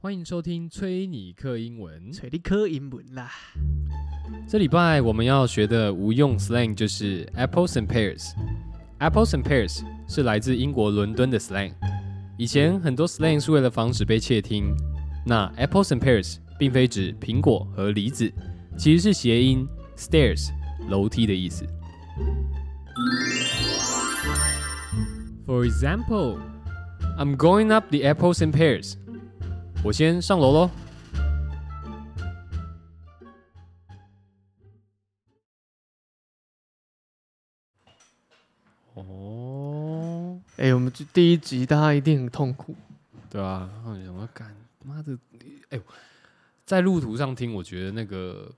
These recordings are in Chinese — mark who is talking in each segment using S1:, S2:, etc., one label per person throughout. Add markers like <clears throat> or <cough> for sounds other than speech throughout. S1: 欢迎收听崔尼克英
S2: 嗯
S1: 文。
S3: 找你考英文啦。
S1: 这礼拜我们要学的无用 slang 就是 apples and pears。apples and pears 是来自英国伦敦的 slang。以前很多 slang 是为了防止被窃听。那 apples and pears 并非指苹果和梨子，其实是谐音 stairs 楼梯的意思。For example, I'm going up the apples and pears。我先上楼喽。哦，
S3: 哎、我们这第一集大家一定很痛苦，
S1: 对啊，然后我就想说，干妈的，哎、呦，在路途上听，我觉得那个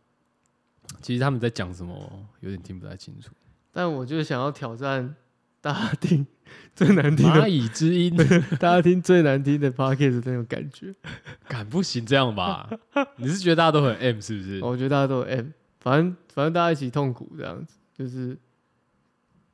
S1: 其实他们在讲什么，有点听不太清 <laughs> 楚。
S3: 但我就想要挑战大家听最难听
S1: 蚂
S3: 的，
S1: 蚁之 <laughs> 音，
S3: 大家听最难听的 p o c a s t 那种感觉。
S1: 敢不行这样吧？你是觉得大家都很 M 是不是？
S3: 哦我觉得大家都有 M，反正反正大家一起痛苦这样子，就是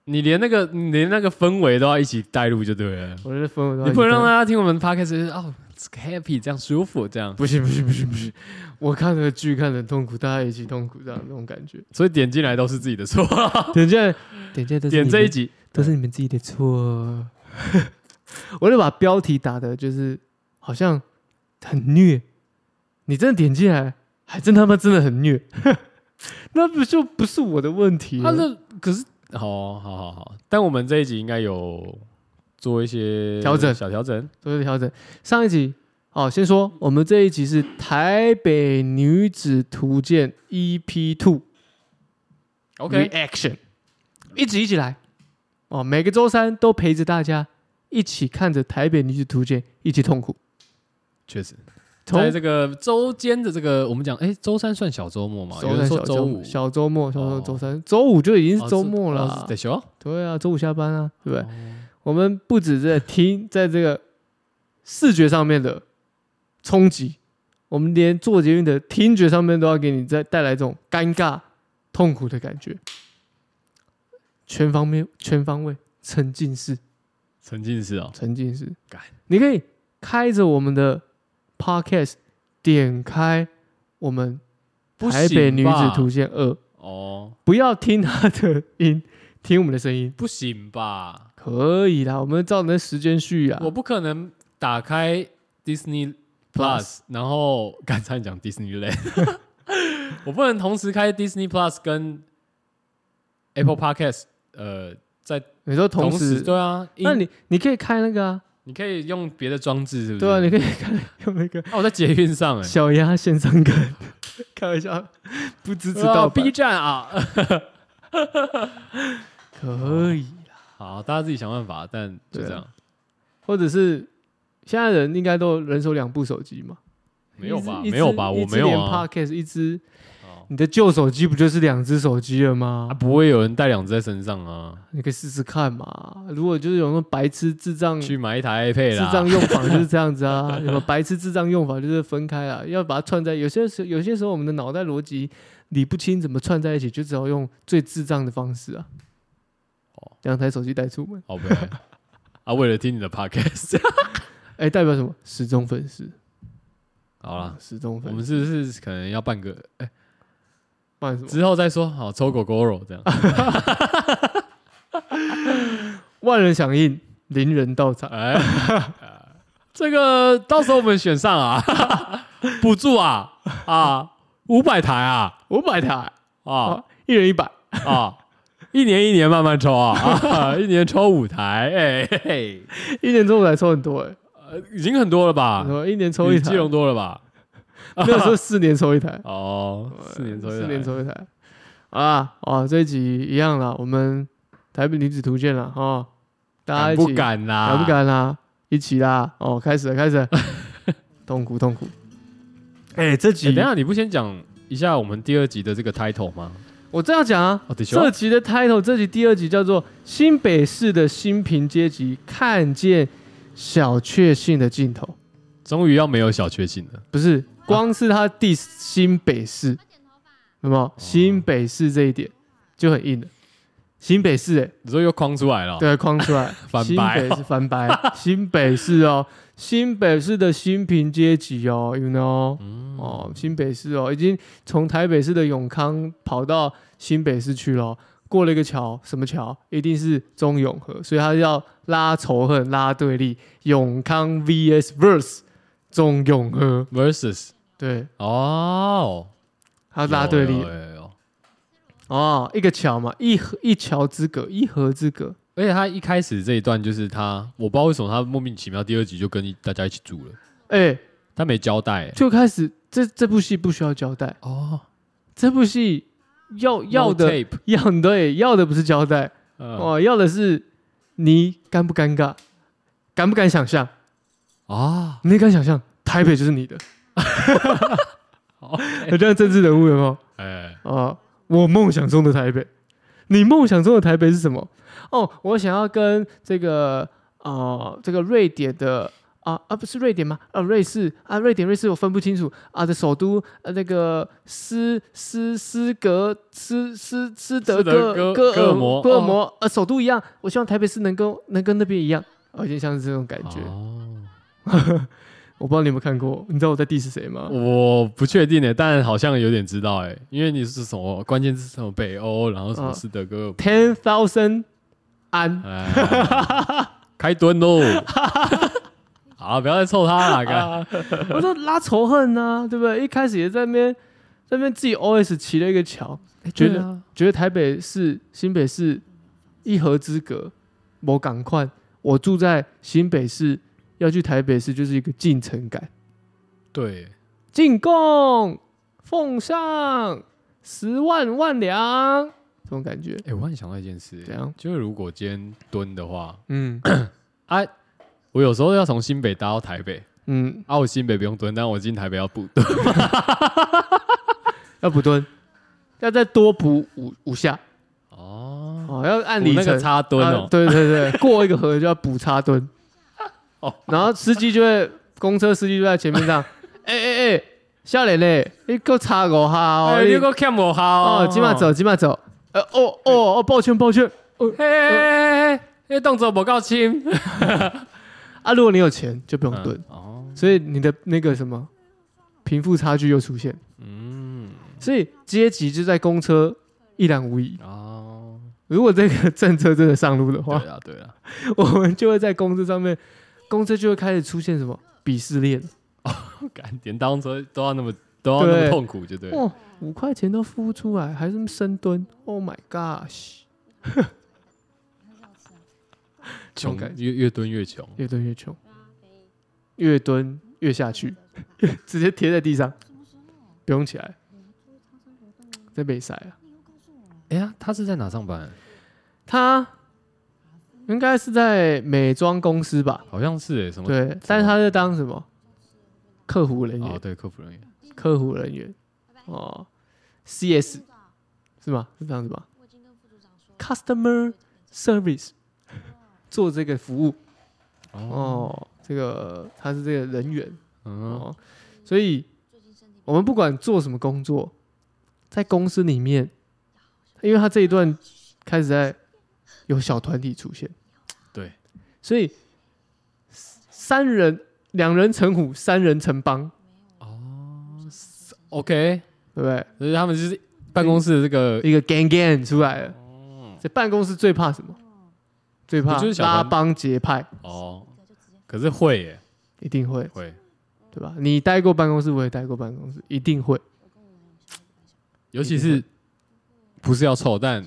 S1: 你连那个你连那个氛围都要一起带入就对啊了。
S3: 我觉得氛围都要
S1: 你
S3: 一起
S1: 不能让
S3: 痛
S1: 大家听我们 podcast 就是哦，happy 这样舒服这样，
S3: 不行不行不行不行，我看这个剧看的痛苦，大家一起痛苦这样那种感觉。
S1: 所以点进来都是自己的错。
S3: 点进来，点进来都是
S1: 点
S3: 你
S1: 这一
S3: 们
S1: 集，
S3: 都是你们自己的错。 <laughs> 我就把标题打的，就是好像很虐。你真的点进来，还真他妈真的很虐， <laughs> 那不就不是我的问题
S1: 他
S3: 了？
S1: 的可是好好好好，但我们这一集应该有做一些
S3: 调整
S1: 小调整。
S3: 做一调整。上一集，哦，先说我们这一集是台北女子图鉴 EP Two Reaction，一直一起来哦，每个周三都陪着大家一起看着台北女子图鉴，一起痛苦。
S1: 确实，在
S3: 从
S1: 这个周间的这个我们讲，哎，周三算小周末嘛？有
S3: 周
S1: 人
S3: 三
S1: 说
S3: 小
S1: 周
S3: 周
S1: 五
S3: 末，小周末，小周
S1: 哦
S3: 周三、周五就已经
S1: 哦
S3: 是周末了
S1: 哦
S3: 啊
S1: 是。得休。
S3: 对啊，周五下班啊，对不对？
S1: 哦
S3: 我们不止在听，在这个视觉上面的冲击，我们连做捷运的听觉上面都要给你再带来这种尴尬、痛苦的感觉，全方面、全方位沉浸式。
S1: 沉浸式哦，
S3: 沉浸式
S1: 干。
S3: 你可以开着我们的 podcast，点开我们
S1: 不
S3: 《台北
S1: 行
S3: 女子
S1: 吧
S3: 图鉴二》，
S1: 哦，
S3: 不要听她的音，听我们的声音
S1: 不行吧？
S3: 可以啦。我们照你的时间序啊
S1: 我，不可能打开 Disney Plus，然后刚才讲 Disneyland，我 <laughs> 不能同时开 Disney Plus 跟 Apple Podcast，呃，在
S3: 你说同
S1: 同时
S3: 时，
S1: 对啊，
S3: 那
S1: 因
S3: 你你可以开那个啊，
S1: 你可以用别的装置，是不是？
S3: 对啊，你可以开用那个
S1: 啊我在捷运上哎，
S3: 小鸭线上看， <laughs> 开玩笑，不支持盗
S1: 啊
S3: 版
S1: B 站啊， <laughs>
S3: 可以。
S1: 好，大家自己想办法，但就这
S3: 对啊
S1: 样，
S3: 或者是现在人应该都人手两部手机嘛？
S1: 没有吧？
S3: 一只
S1: 没有吧？我没有啊，
S3: 一只连 podcast 一只
S1: 哦
S3: 你的旧手机不就是两只手机了吗
S1: 啊，？不会有人带两只在身上啊，
S3: 你可以试试看嘛。如果就是有那种白痴智障嗯智
S1: 去买一台 iPad 啦，
S3: 障用法就是这样子
S1: <laughs>
S3: 啊，什么白痴智障用法就是分开啊，要把它串在。有些时有些时候我们的脑袋逻辑理不清，怎么串在一起，就只好用最智障的方式啊
S1: 哦。
S3: 两台手机带出门，
S1: 好不然啊，为了听你的 Podcast， <laughs>
S3: 哎、代表什么？始终粉丝，
S1: 好啦，
S3: 始终
S1: 我
S3: 粉丝，
S1: 们是不是可能要办个
S3: 不然什么？
S1: 之后再说？好，抽狗狗肉这样。
S3: 啊万人响应，零人到场。
S1: 哎，这个到时候我们选上
S3: <laughs>
S1: 啊，补助啊啊，五百台啊
S3: 五百台
S1: 啊
S3: 啊，一人一百。
S1: 啊，一年一年慢慢抽
S3: <laughs>
S1: 啊，啊一年抽五台，哎、嘿嘿
S3: 一年中午才抽很多哎、
S1: 呃已经很多了
S3: 欸，
S1: 吧？
S3: 说一年抽一
S1: 比
S3: 台
S1: 啊基，隆多了吧？，
S3: <laughs> 那时候四年抽一台
S1: <laughs> 哦，四年抽一台，
S3: 哎四年抽一台啊哦，这一集一样啦，我们台北女子图鉴啦哦，大家
S1: 敢
S3: 一起
S1: 不敢啊啦？
S3: 敢不？敢啦？一起啦哦，开始了开始了， <laughs> 痛苦痛苦，哎、这
S1: 哎、等一下你不先讲一下我们第二集的这个 title 吗？
S3: 我这样讲啊，
S1: 哦，的确，
S3: 这集的 title，这集第二集叫做《新北市的新贫阶级看见小确幸的尽头》，
S1: 终于要没有小确幸了。
S3: 不是，光是他 diss 新北市，有没有？新北市这一点就很硬了。新北市、欸，
S1: 你说又框出来了哦、
S3: 对，框出来，
S1: <laughs> 翻白 <laughs>
S3: 新北市翻白，新北市哦，新北市的新平阶级哦，you know，、哦，
S1: 嗯
S3: 新北市哦，已经从台北市的永康跑到新北市去了哦、过了一个桥，什么桥？一定是中永和，所以他要拉仇恨、拉对立，永康 vs verse 中永和，
S1: versus
S3: 对，
S1: 哦，
S3: 他拉对立
S1: 有，有有有
S3: 哦，一个桥嘛，一河一桥之隔，一河之隔，
S1: 而且他一开始这一段就是他，我不知道为什么他莫名其妙第二集就跟一大家一起住了，
S3: 哎、
S1: 他没交代、欸。
S3: 就开始这这部戏不需要交代，
S1: 哦，
S3: 这部戏要要
S1: No
S3: 的
S1: tape，
S3: <laughs> 要对要的不是交代
S1: 嗯
S3: 哦，要的是你尴不尴尬，敢不敢想象？
S1: 啊，
S3: 你敢想象台北就是
S1: <laughs>
S3: 你的？
S1: 好
S3: 很像政治人物有没有？
S1: 哎，
S3: 啊，我梦想中的台北，你梦想中的台北是什么？哦，我想要跟这个呃，这个瑞典的啊啊，不是瑞典吗？啊，瑞士啊，瑞典瑞士我分不清楚啊的首都呃、那个斯斯斯格斯斯斯德
S1: 斯德
S3: 哥
S1: 哥
S3: 哥
S1: 哥
S3: 尔
S1: 尔摩
S3: 哥尔摩、呃首都一样，我希望台北市能跟能跟那边一样，啊有点像是这种感觉。
S1: 哦，
S3: 我不知道你有没有看过，你知道我在 diss 谁吗？
S1: 我不确定诶、欸但好像有点知道诶、因为你是什么关键是什么北欧，然后什么
S3: 嗯
S1: 斯德哥尔
S3: Ten thousand 安
S1: 摩，哎，开蹲
S3: <laughs>
S1: 喽，好了，不要再凑他了，干
S3: 啊，
S1: <laughs>
S3: 我说拉仇恨呐、对不对？一开始也在那边在那边自己 OS 骑了一个桥，觉
S1: 对
S3: 得、
S1: 啊
S3: 觉得台北市、新北市一河之隔，某赶快，我住在新北市，要去台北市就是一个进城感，
S1: 对，
S3: 进贡奉上十万万两，这种感觉，
S1: 哎、我突然想到一件事、
S3: 怎样
S1: 就是如果今天蹲的话，
S3: 嗯
S1: 我有时候要从新北搭到台北，
S3: 嗯，
S1: 啊，我新北不用蹲，但我进台北要补蹲。
S3: 要补蹲，要再多补五五下
S1: 哦，
S3: 哦，要按
S1: 补
S3: 里
S1: 那
S3: 程
S1: 个。插蹲
S3: 啊
S1: 哦，
S3: 对对对，过一个河就要补插蹲。
S1: <laughs> 哦
S3: 然后司机就会，公车司机就在前面
S1: <laughs>
S3: 这样，哎哎哎，笑脸嘞，你够插我哈哦，
S1: 哎，你个看我好
S3: 哦，今晚走，今晚走，呃，哦哦哦，抱歉抱歉。
S1: 嘿，嘿嘿嘿那动作不够轻，
S3: 啊，如果你有钱就不用蹲，
S1: 哦，
S3: 所以你的那个什么贫富差距又出现，
S1: 嗯，
S3: 所以阶级就在公车一览无遗。
S1: 哦，
S3: 如果这个政策真的上路的
S1: 对
S3: 话，
S1: 啊，对啊，
S3: 我们就会在公车上面，公车就会开始出现什么鄙视链。
S1: 敢点当车都要那么都要那么
S3: 对
S1: 痛苦，就对了。
S3: 哦，五块钱都付不出来，还是深蹲？Oh my gosh！
S1: <laughs> 穷
S3: 感觉
S1: 越越蹲越穷，
S3: 越蹲越穷，越蹲越下去， <laughs> 直接贴在地上，不用起来，在被塞啊。
S1: 哎呀，他是在哪上班？
S3: 他应该是在美妆公司吧？
S1: 好像是哎，什么？
S3: 对，但是他在当什么？客服人
S1: 哦，
S3: 员，
S1: 对，客服人员。
S3: 客服人员，哦，CS 是吗？是这样子吧？Customer Service 做这个服务。
S1: 哦，
S3: 哦，这个他是这个人员
S1: 嗯，
S3: 哦，所以我们不管做什么工作，在公司里面，因为他这一段开始在有小团体出现，
S1: 对，
S3: 所以三人两人成虎，三人成帮，
S1: ，OK，
S3: 对不对？
S1: 所以他们就是办公室的这个
S3: 一个 gang gang 出来了，在办公室最怕什么？最怕
S1: 哦就是小团
S3: 拉帮结派，
S1: 哦，可是会耶，
S3: 一定会，
S1: 会
S3: 对吧？你待过办公室，我也待过办公室，一定会。
S1: 尤其是不是要臭，但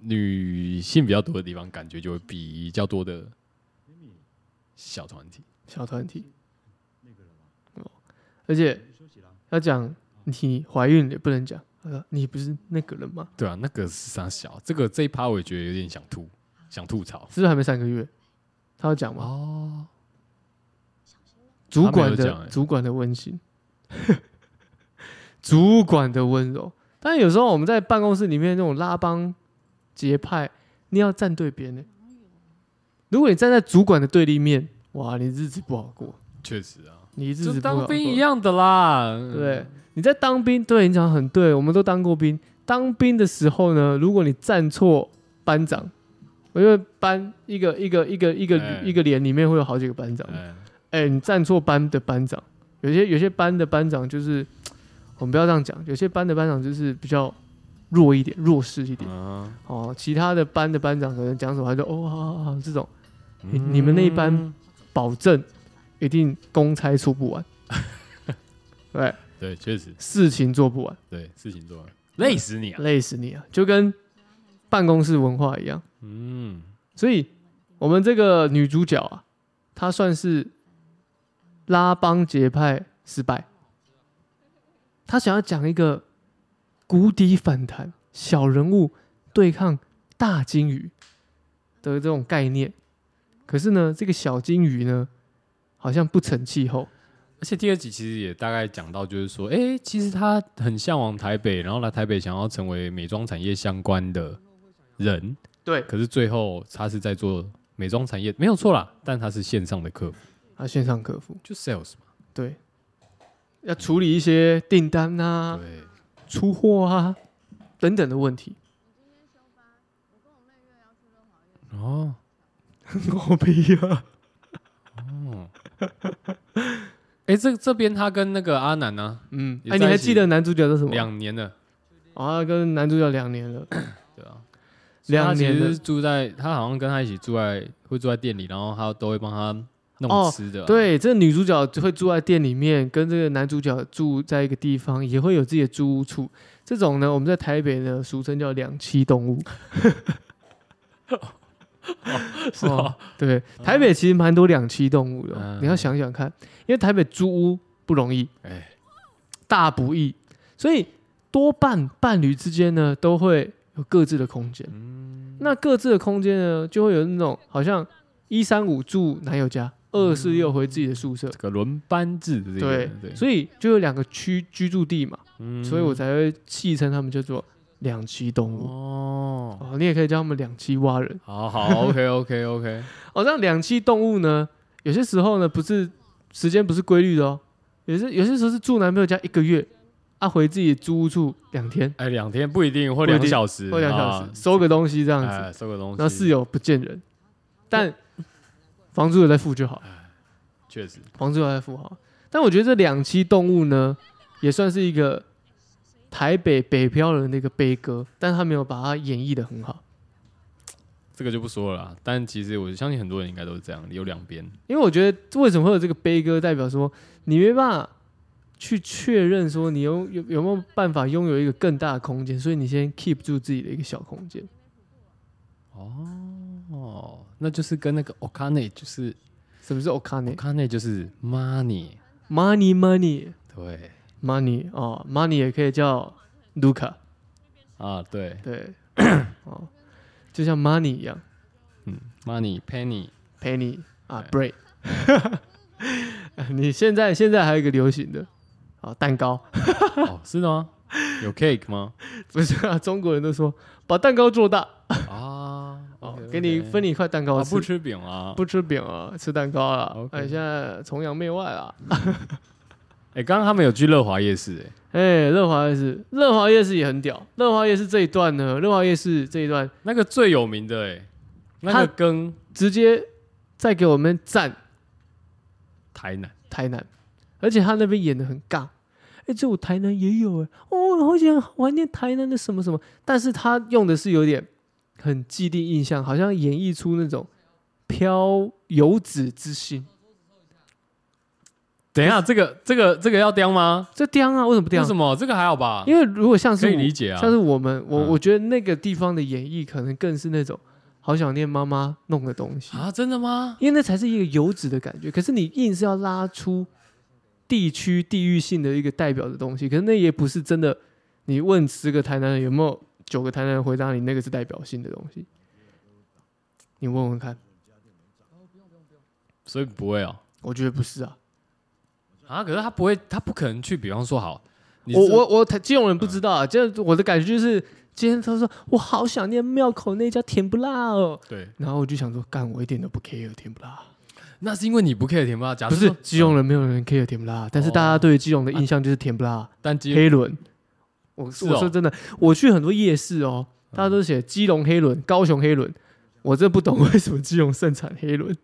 S1: 女性比较多的地方，感觉就会比较多的小团体。
S3: 小团体。哦，而且要讲你怀孕也不能讲，呃，你不是那个人吗？
S1: 对啊，那个是啥小？这个这一趴我也觉得有点想吐，想吐槽。
S3: 是不是还没三个月？他要讲吗？
S1: 哦，
S3: 主管
S1: 他没有讲
S3: 的
S1: 欸
S3: 主管的温馨， <laughs> 主管的温柔。但有时候我们在办公室里面那种拉帮结派，你要站对边呢。如果你站在主管的对立面，哇，你日子不好过，
S1: 确实啊，
S3: 你日子
S1: 就
S3: 不好
S1: 当
S3: 过。
S1: 兵一样的啦。
S3: 对，你在当兵，对你讲得很对，我们都当过兵。当兵的时候呢，如果你站错班长，因为班一个一个一个一个、
S1: 哎
S3: 一个连里面会有好几个班长，
S1: 嗯，
S3: 哎、你站错班的班长，有些有些班的班长就是，我们不要这样讲，有些班的班长就是比较弱一点、弱势一点
S1: 啊，
S3: 哦。其他的班的班长可能讲什么，他就哦好好好这种，你你们那一班
S1: 嗯
S3: 保证一定公差出不完，对，
S1: 对，确实
S3: 事情做不完，
S1: 对，事情做
S3: 嗯
S1: 完累死你啊！
S3: 累死你啊！就跟办公室文化一样。
S1: 嗯，
S3: 所以我们这个女主角啊，她算是拉帮结派失败，她想要讲一个谷底反弹、小人物对抗大金鱼的这种概念。可是呢，这个小金鱼呢，好像不成气候。
S1: 而且第二集其实也大概讲到，就是说，哎、其实他很向往台北，然后来台北想要成为美妆产业相关的人，
S3: 对，
S1: 可是最后他是在做美妆产业，没有错啦，但他是线上的客服，
S3: 啊，线上客服，
S1: 就 sales 嘛，
S3: 对，啊要处理一些订单啊、
S1: 对，
S3: 出货啊等等的问题。
S1: 哦，
S3: 我屁啊！
S1: 哎、这这边他跟那个阿南呢、
S3: 嗯，
S1: 也
S3: 哎，你
S1: 在一
S3: 还
S1: 起
S3: 记得男主角是什么？
S1: 两年了，
S3: 啊，跟男主角两年了，
S1: 对啊，
S3: 两
S1: 所以他
S3: 年
S1: 其实
S3: 了
S1: 是住在他好像跟他一起住在会住在店里，然后他都会帮他弄
S3: 哦
S1: 吃的啊、
S3: 对，这女主角会住在店里面，跟这个男主角住在一个地方，也会有自己的租屋处。这种呢，我们在台北呢，俗称叫两栖动物。
S1: <laughs> 是 <laughs> 哦
S3: 对，台北其实蛮多两栖动物的哦、
S1: 嗯
S3: 你要想想看，因为台北租屋不容易，
S1: 哎
S3: 大不易，所以多半伴侣之间呢，都会有各自的空间。
S1: 嗯
S3: 那各自的空间呢，就会有那种好像一三五住男友家，二四六回自己的宿舍
S1: 这，个轮班制嗯的这个
S3: 对
S1: 人，对，嗯
S3: 所以就有两个区居住地嘛，
S1: 以
S3: 所以我才会戏称他们叫做两栖动物。
S1: 哦，
S3: 哦，你也可以叫他们两栖蛙人。
S1: 好好，OK OK OK，
S3: 哦，那两栖动物呢，有些时候呢不是时间不是规律的哦，有些有些时候是住男朋友家一个月，啊回自己租屋住两天
S1: 哎，两天不一定，或
S3: 不一
S1: 两
S3: 定
S1: 小时，
S3: 或两小
S1: 啊
S3: 时，收个东西这样子，
S1: 哎，收个东西，
S3: 然后室友不见人，但房租有在付就
S1: 哎
S3: 好，
S1: 确实，
S3: 房租有在付好。但我觉得这两栖动物呢，也算是一个台北北漂人的一个悲歌，但他没有把它演绎的很好，
S1: 这个就不说了啦。但其实我相信很多人应该都是这样，有两边，
S3: 因为我觉得为什么会有这个悲歌，代表说你没办法去确认说你有有有没有办法拥有一个更大的空间，所以你先 keep 住自己的一个小空间。
S1: 哦，那就是跟那个 Okane 就是
S3: 什么是 okane
S1: Okane 就是 money，
S3: money money
S1: 对
S3: money 哦，money 也可以叫 Luca。
S1: 啊，对
S3: 对，哦，就像 money 一样
S1: ，money penny，
S3: ，penny 啊
S1: 对
S3: ，bread。你现在现在还有一个流行的啊，蛋糕
S1: 哦，是的吗？有 cake 吗？
S3: 不是啊，中国人都说把蛋糕做大
S1: 啊，
S3: 哦
S1: OK，OK
S3: 给你分你一块蛋糕
S1: 啊，
S3: 吃，
S1: 不吃饼啊，
S3: 不吃饼啊，吃蛋糕啊，
S1: OK
S3: 哎，现在崇洋媚外啊，
S1: 哎，刚刚他们有去乐华夜市，哎，
S3: 哎，乐华夜市，乐华夜市也很屌，乐华夜市这一段呢，乐华夜市这一段
S1: 那个最有名的，哎，那
S3: 他
S1: 个跟
S3: 直接再给我们赞
S1: 台南。
S3: 台南，而且他那边演的很尬。哎，这我台南也有哎，哦，我好想怀念台南的什么什么，但是他用的是有点很既定印象，好像演绎出那种飘游子之心。
S1: 等一下，这个这个这个要刁吗？
S3: 这刁啊，为什么不刁
S1: 为？什么？这个还好吧？
S3: 因为如果像是
S1: 可以
S3: 我
S1: 理解啊
S3: 像是我们，我、
S1: 嗯
S3: 我觉得那个地方的演绎可能更是那种好想念妈妈弄的东西，
S1: 啊，真的吗？
S3: 因为那才是一个游子的感觉。可是你硬是要拉出地区地域性的一个代表的东西，可是那也不是真的。你问十个台南人有没有九个台南人回答你那个是代表性的东西，你问问看，
S1: 所以不会哦。
S3: 我觉得不是啊。
S1: 啊，可是他不会，他不可能去，比方说好，你
S3: 我
S1: 是
S3: 我我台基隆人不知道啊，这、我的感觉就是，今天他说我好想念庙口那家甜不辣哦，
S1: 对，
S3: 然后我就想说，干，我一点都不 care 甜不辣，
S1: 那是因为你不 care 甜不辣，假
S3: 不
S1: 设
S3: 是
S1: 说哦
S3: 基隆人，没有人 care 甜不辣，但是大家对基隆的印象就是甜不辣、
S1: 但基
S3: 黑轮。我
S1: 啊是
S3: 我
S1: 哦嗯
S3: 说真的，我去很多夜市哦，大家
S1: <laughs>
S3: 都写基隆黑轮、高雄黑轮，我真的不懂为什么基隆盛产黑轮，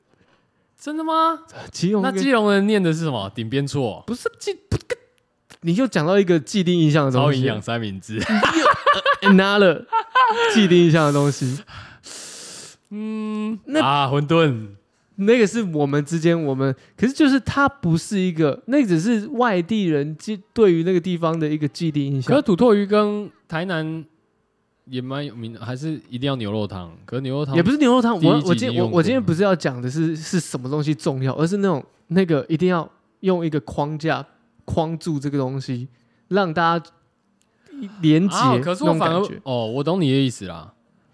S1: 真的吗？
S3: 基隆
S1: 啊那
S3: 跟
S1: 基隆人念的是什么？顶边错，
S3: 不是既不跟，你又讲到一个既定印象的
S1: 超
S3: 东
S1: 营
S3: 西哎
S1: 养三明治。
S3: 拿了既定印象的东西，
S1: 嗯，
S3: 那
S1: 啊，馄饨
S3: 那个是我们之间我们，可是就是它不是一个，那只是外地人既对于那个地方的一个既定印
S1: 可
S3: 象
S1: 是。土托鱼跟台南也蛮有名的，还是一定要牛肉汤。可是牛肉汤
S3: 也不是牛肉汤，
S1: 第一
S3: 我
S1: 集
S3: 我今
S1: 你
S3: 天我
S1: 用过
S3: 我今天不是要讲的是是什么东西重要，而是那种那个一定要用一个框架框住这个东西，让大家连接、
S1: 啊，可是我反而
S3: 那种感觉
S1: 哦，我懂你的意思啦。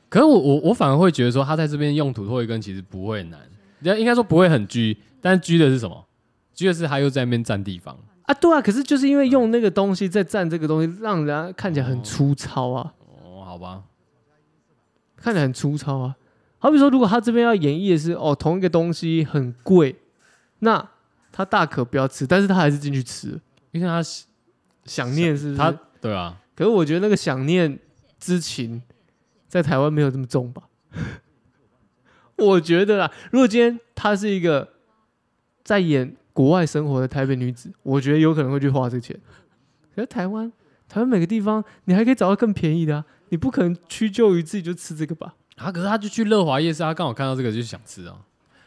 S1: 可是我我我反而会觉得说，他在这边用土托鱼羹其实不会很难，应该应该说不会很拘，但拘的是什么？拘的是他又在那边占地方。
S3: 啊，对啊，可是就是因为用那个东西在蘸这个东西，让人家看起来很粗糙啊，
S1: 哦，好吧，
S3: 看起来很粗糙啊。好比说，如果他这边要演绎的是哦，同一个东西很贵，那他大可不要吃，但是他还是进去吃了，
S1: 因为他
S3: 想念是不是？
S1: 他对啊，
S3: 可是我觉得那个想念之情，在台湾没有这么重吧？ <laughs> 我觉得啦，如果今天她是一个在演国外生活的台北女子，我觉得有可能会去花这个钱。可是台湾，台湾每个地方你还可以找到更便宜的啊，你不可能屈就于自己就吃这个吧？
S1: 啊，可是他就去乐华夜市，他刚好看到这个就想吃啊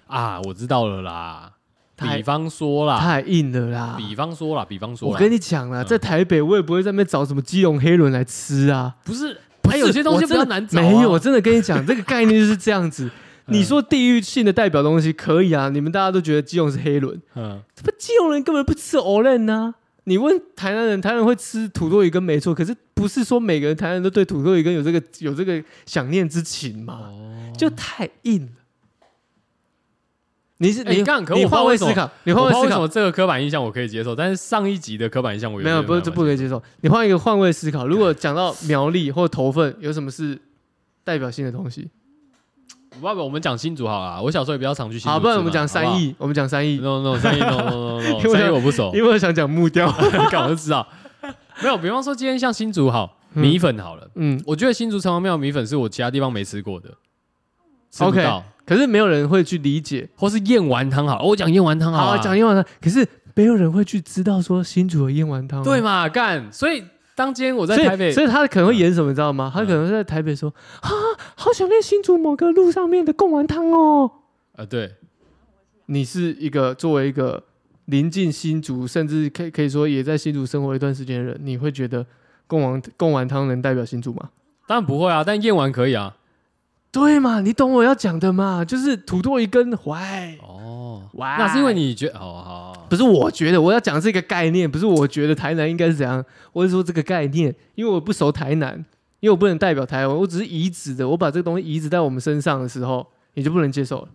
S1: 啊，我知道了啦。
S3: 太
S1: 比方说啦，
S3: 太硬了啦！
S1: 比方说啦，比方说啦，
S3: 我跟你讲啦，在台北我也不会在那边找什么基隆黑轮来吃啊。
S1: 不是，
S3: 不
S1: 还
S3: 是
S1: 有些东西比
S3: 我真
S1: 较
S3: 的
S1: 难找啊、
S3: 没有，我真的跟你讲，这个概念就是这样
S1: <laughs>
S3: 子。你说地域性的代表东西可以啊，你们大家都觉得基隆是
S1: <laughs>
S3: 黑轮，
S1: 嗯，
S3: 这不基隆人根本不吃 o l e n 啊。你问台南人，台南人会吃土豆鱼羹没错，可是不是说每个人台南人都对土豆鱼羹有这个有这个想念之情嘛？
S1: 哦，
S3: 就太硬了。你是
S1: 哎
S3: 你
S1: 你看可
S3: 你
S1: 我不知道
S3: 换位
S1: 为什么
S3: 思考，你
S1: 我
S3: 换
S1: 不
S3: 位
S1: 知道
S3: 思
S1: 为什么
S3: 考，
S1: 这个刻板印象我可以接受，但是上一集的刻板印象我
S3: 没有不
S1: 是
S3: 这不可以接受。你换一个换位思考，如果讲到苗栗或头份有什么是代表性的东西，
S1: 不不，我们讲新竹好了。我小时候也比较常去新竹吃嘛。
S3: 好，不哦然我们讲三
S1: 好
S3: 亿，我们讲三
S1: 不
S3: 亿，
S1: 好。No No 三义 No No
S3: <laughs>
S1: No
S3: 因
S1: No
S3: 为
S1: 三义我不熟，
S3: 因为我想讲木 <laughs> 雕。
S1: <laughs> 看我就知道。没有，比方说今天像新竹好
S3: 嗯
S1: 米粉好了，
S3: 嗯，
S1: 我觉得新竹城隍庙米粉是我其他地方没吃过的，吃不
S3: OK
S1: 到。
S3: 可是没有人会去理解。
S1: 或是燕丸汤好了，哦我讲燕丸汤好
S3: 好，
S1: 了，
S3: 讲燕丸汤，可是没有人会去知道说新竹的燕丸汤啊。
S1: 对嘛干。所以当今天我在
S3: 所以
S1: 台北，
S3: 所以他可能会演什么，你知道吗？他可能会在台北说啊，好想念新竹某个路上面的贡丸汤哦。
S1: 呃对，
S3: 你是一个作为一个临近新竹，甚至可以可以说也在新竹生活一段时间的人，你会觉得贡丸贡丸汤能代表新竹吗？
S1: 当然不会啊，但燕丸可以啊。
S3: 对嘛，你懂我要讲的嘛，就是土豆一根，喂
S1: 哦，
S3: 喂，
S1: 那是因为你觉得，好好好，
S3: 不是我觉得，我要讲这个概念，不是我觉得台南应该是怎样，我是说这个概念，因为我不熟台南，因为我不能代表台湾，我只是移植的，我把这个东西移植在我们身上的时候，你就不能接受了。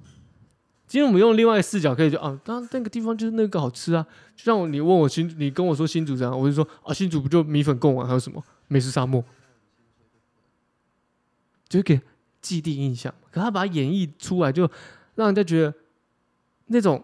S3: 今天我们用另外一个视角可以就啊，当然那个地方就是那个好吃啊，就像我你问我新，你跟我说新竹怎样，我就说啊新竹不就米粉贡丸还有什么美食沙漠，就给既定印象，可他把它演绎出来，就让人家觉得那种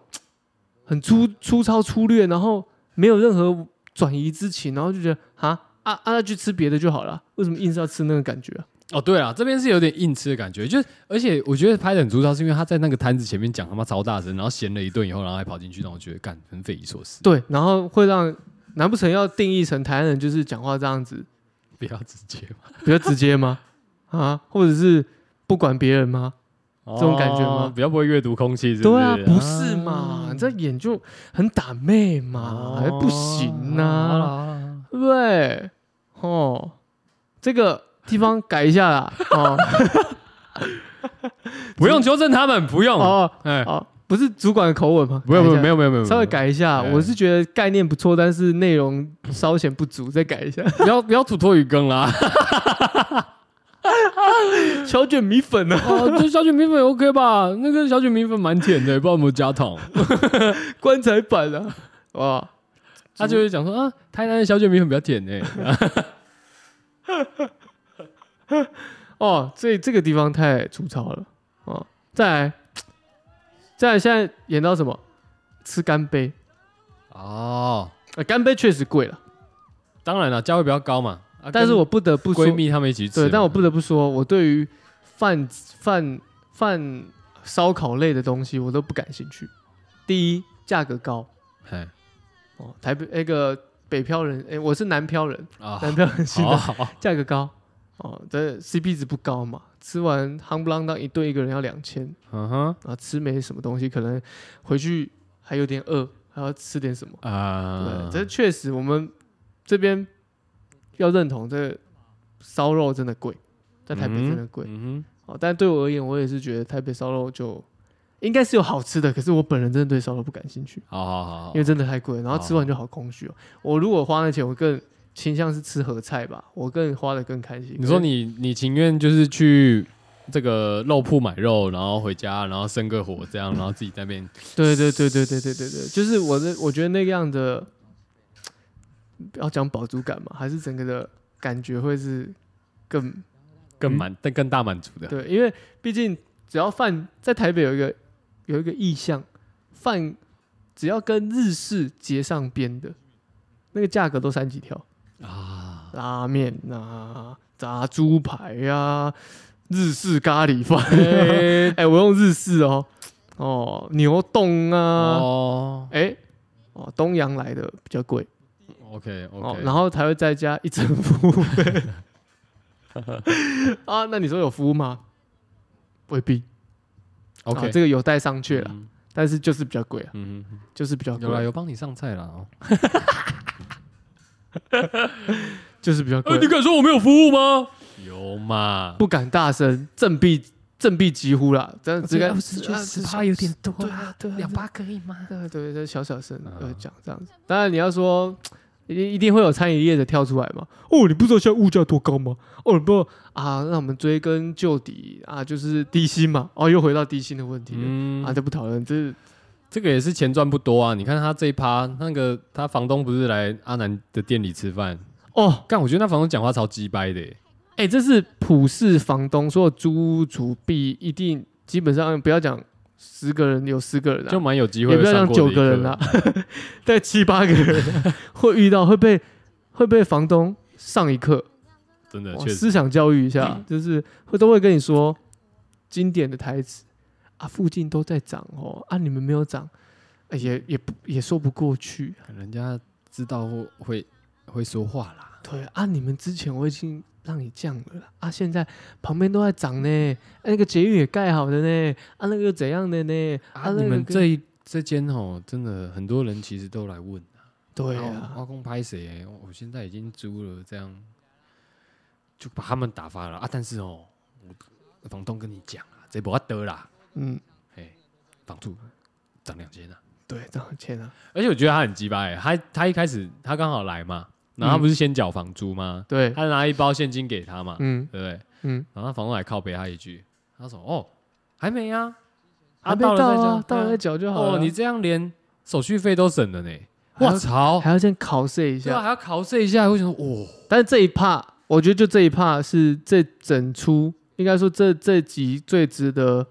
S3: 很粗粗糙粗略，然后没有任何转移之情，然后就觉得啊啊啊，那去吃别的就好了，为什么硬是要吃那个感觉、啊？
S1: 哦，对了，这边是有点硬吃的感觉，就是而且我觉得拍的很粗糙，是因为他在那个摊子前面讲他妈超大声，然后闲了一顿以后，然后还跑进去，让我觉得干很匪夷所思。
S3: 对，然后会让难不成要定义成台湾人就是讲话这样子
S1: 不要直接嘛，
S3: 比较直接吗？啊，或者是不管别人吗？这种感觉吗
S1: 哦比较不会阅读空气，是不是？
S3: 对啊，不是嘛？这演就很打妹嘛，还
S1: 哦
S3: 不行啊
S1: 好啦好啦
S3: 呐、
S1: 好啦
S3: 对不对？哦，这个地方改一下啦。
S1: <laughs>
S3: 哦
S1: 不用纠正他们，不用。
S3: 哦
S1: 哎，
S3: 哦，不是主管的口吻吗？
S1: 不用，不用，
S3: 改一下
S1: 没有，没有，没有，
S3: 稍微改一下，
S1: 哎
S3: 我是觉得概念不错，但是内容稍显不足，再改一下。 <laughs>
S1: <laughs> 不要不要土托鱼羹啦。
S3: 小卷米粉呢、啊？
S1: <laughs>
S3: <laughs>
S1: 哦，这小卷米粉 OK 吧？那个小卷米粉蛮甜的，不知道有没有加糖。
S3: 棺材板啊，哇！
S1: 他就会讲说啊，台南的小卷米粉比较甜 <laughs> 诶。
S3: 哦，这这个地方太粗糙了哦。再来，再来，现在演到什么？吃干杯，
S1: 哦，
S3: 呃，干杯确实贵了，
S1: 当然了，价位比较高嘛。啊
S3: 但是
S1: 跟
S3: 我不得不说
S1: 闺，蜜她们一起去吃嘛，
S3: 对，但我不得不说，我对于饭饭饭烧烤类的东西我都不感兴趣。第一，价格高
S1: 嘿，
S3: 哦，台北那个北漂人，哎，我是南漂人， <laughs>
S1: 啊，
S3: 南漂人新
S1: 好
S3: 的
S1: 好好
S3: 价格高哦，这 CP 值不高嘛，吃完夯不啷当一顿一个人要两千
S1: 嗯哼，
S3: 啊，吃没什么东西，可能回去还有点饿，还要吃点什么。
S1: 啊
S3: 对，，这确实我们这边要认同，这个烧肉真的贵，在台北
S1: 嗯哼
S3: 真的贵、
S1: 嗯
S3: 哦。但对我而言，我也是觉得台北烧肉就应该是有好吃的，可是我本人真的对烧肉不感兴趣
S1: 哼，，好好好好，
S3: 因为真的太贵了，然后吃完就好空虚哦。我如果花那钱，我更倾向是吃合菜吧，我更花的更开心。
S1: 你说你你情愿就是去这个肉铺买肉，然后回家，然后生个火这样，然后自己在那边
S3: 对对对对对对对对，就是我的，我觉得那个样的，要讲饱足感嘛，还是整个的感觉会是更
S1: 更满、更更大满足的。
S3: 对，因为毕竟只要饭在台北有一个有一个意向，饭只要跟日式结上边的，那个价格都三级跳，
S1: 啊，
S3: 拉面啊、炸猪排呀、啊、日式咖喱饭，哎、 <laughs>
S1: 哎
S3: 我用日式哦，哦，牛冻啊，
S1: 哦
S3: 哎、哦，东洋来的比较贵
S1: ，OK
S3: 哦
S1: OK，，
S3: 然后才会再加一层服务费 <laughs> 啊，那你说有服务吗？未必。啊
S1: OK
S3: 这个有待商榷了，
S1: 嗯
S3: 但是就是比较贵啊，
S1: 嗯哼，
S3: 就是比较
S1: 有啦，
S3: 贵，
S1: 有帮你上菜啦。哦
S3: 就是比较贵，
S1: 敢说我没有服务吗？有嘛？
S3: 不敢大声，振臂振臂疾呼啦，这样
S1: 哦
S3: 只敢
S1: 十
S3: 啊
S1: 十
S3: 小
S1: 趴有点多
S3: 对
S1: 啦
S3: 啊，对啊，
S1: 两趴可以吗？
S3: 对啊对，这小小声
S1: 啊
S3: 呃讲这样子，当然你要说。一定一定会有餐饮业的跳出来嘛？哦，你不知道现在物价多高吗？哦，你不知道啊？那我们追根究底啊，就是低薪嘛。哦，又回到低薪的问题了、
S1: 嗯
S3: 啊，，这不讨论，这是
S1: 这个也是钱赚不多啊。你看他这一趴，那个他房东不是来阿南的店里吃饭？
S3: 哦，
S1: 干，我觉得那房东讲话超鸡掰的欸耶。
S3: 哎、这是普世房东，所有租屋主必一定基本上不要讲十个人有十个人啊，
S1: 就蛮有机会
S3: 也不要
S1: 上
S3: 讲
S1: 过
S3: 九
S1: 的一
S3: 个人
S1: 课
S3: 啊， <laughs> 但七八个人啊会遇到会被会被房东上一课，
S1: 真的
S3: 哇
S1: 确实嗯
S3: 哦思想教育一下，就是会都会跟你说经典的台词啊，附近都在涨哦，啊你们没有涨，哎也也不也说不过去，
S1: 人家知道会会说话啦。
S3: 对啊，你们之前我已经让你降了啦啊，现在旁边都在涨呢，啊那个捷运也盖好的呢，啊那个又怎样的呢？
S1: 啊，
S3: 那个
S1: 你们
S3: 跟
S1: 这一这间哦，真的很多人其实都来问，
S3: 对
S1: 啊
S3: 啊，
S1: 阿公拍谁？我现在已经租了，这样就把他们打发了啊。但是哦，我房东跟你讲啊，这不要得啦，
S3: 嗯，
S1: 哎，房租涨两千啊。
S3: 对，这样钱啊，
S1: 而且我觉得他很鸡掰欸，他他一开始他刚好来嘛，然后他
S3: 嗯
S1: 不是先缴房租吗？
S3: 对，
S1: 他拿一包现金给他嘛，
S3: 嗯
S1: 对不对？
S3: 嗯，
S1: 然后他房东还靠背他一句，他说：“哦，还没啊，
S3: 还没
S1: 到了再
S3: 啊
S1: 讲，
S3: 到了
S1: 对啊
S3: 再缴就好
S1: 哦，
S3: 了。
S1: 你这样连手续费都省了呢，
S3: 还要
S1: 我操！
S3: 还要先考试一
S1: 对啊，
S3: 下，
S1: 还要考试一下，我想说，哦，
S3: 但是这一趴，我觉得就这一趴是这整出应该说这这集最值得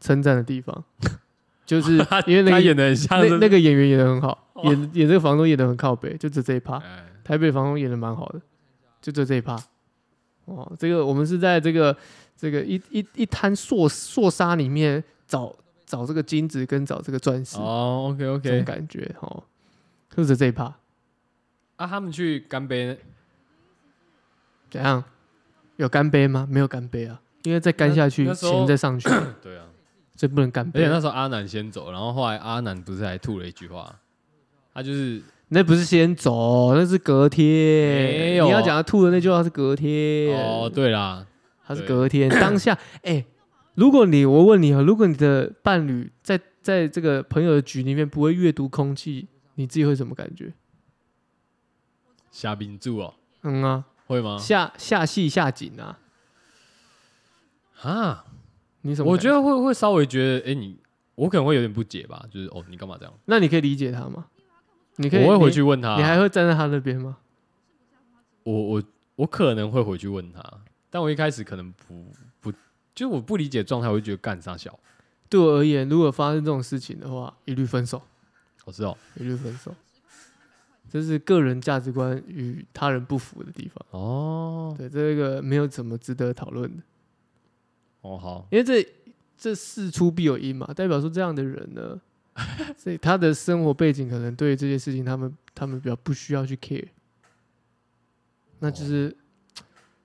S3: 称赞的地方， <laughs> 就是因为
S1: <laughs>
S3: 那
S1: 他
S3: 个
S1: 演的很像
S3: 那
S1: 是
S3: 那个演员演的很好，演演这个房东演的很靠北，就只这一趴。
S1: 哎
S3: 台北房东演的蛮好的，就这这一趴。哦，这个我们是在这个这个一一一滩硕硕沙里面找找这个金子跟找这个钻石、
S1: 哦，OK
S3: 这种
S1: OK，
S3: 感觉哦，就只这一趴。
S1: 啊，他们去干
S3: <coughs>
S1: 杯，
S3: 怎样？有干杯吗？没有干杯啊，因为再干下去
S1: 那那时候
S3: 钱再
S1: <coughs>
S3: 上去，
S1: 对啊，
S3: 所以不能干
S1: 而且
S3: 杯。
S1: 那
S3: 那
S1: 时候阿南先走，然后后来阿南不是还吐了一句话，他就是
S3: 不是先走，那是隔天。
S1: 没有
S3: 你要讲他吐的那句话是隔天。
S1: 哦，对啦，
S3: 他是
S1: 对
S3: 隔天当下， <coughs> 哎、如果你我问你啊，如果你的伴侣在在这个朋友的局里面不会阅读空气，你自己会什么感觉？
S1: 虾兵柱哦，
S3: 嗯啊，
S1: 会吗？
S3: 下下戏下井啊，
S1: 啊，
S3: 你什么？
S1: 我觉，得会会稍微觉得，哎，你我可能会有点不解吧，就是哦，你干嘛这样？
S3: 那你可以理解他吗？你可以，
S1: 我会回
S3: 你
S1: 去问他，
S3: 你还会站在他那边吗？
S1: 我我我可能会回去问他，但我一开始可能不不，就我不理解状态，我就觉得干啥小，
S3: 对我而言，如果发生这种事情的话，一律分手，
S1: 我知道
S3: 一律分手。这是个人价值观与他人不符的地方，
S1: 哦
S3: 对这个没有怎么值得讨论的。
S1: 哦好， <laughs>
S3: 因为这这事出必有因嘛，代表说这样的人呢，所以他的生活背景可能对于这些事情，他们他们比较不需要去 care。那
S1: 哦
S3: 就是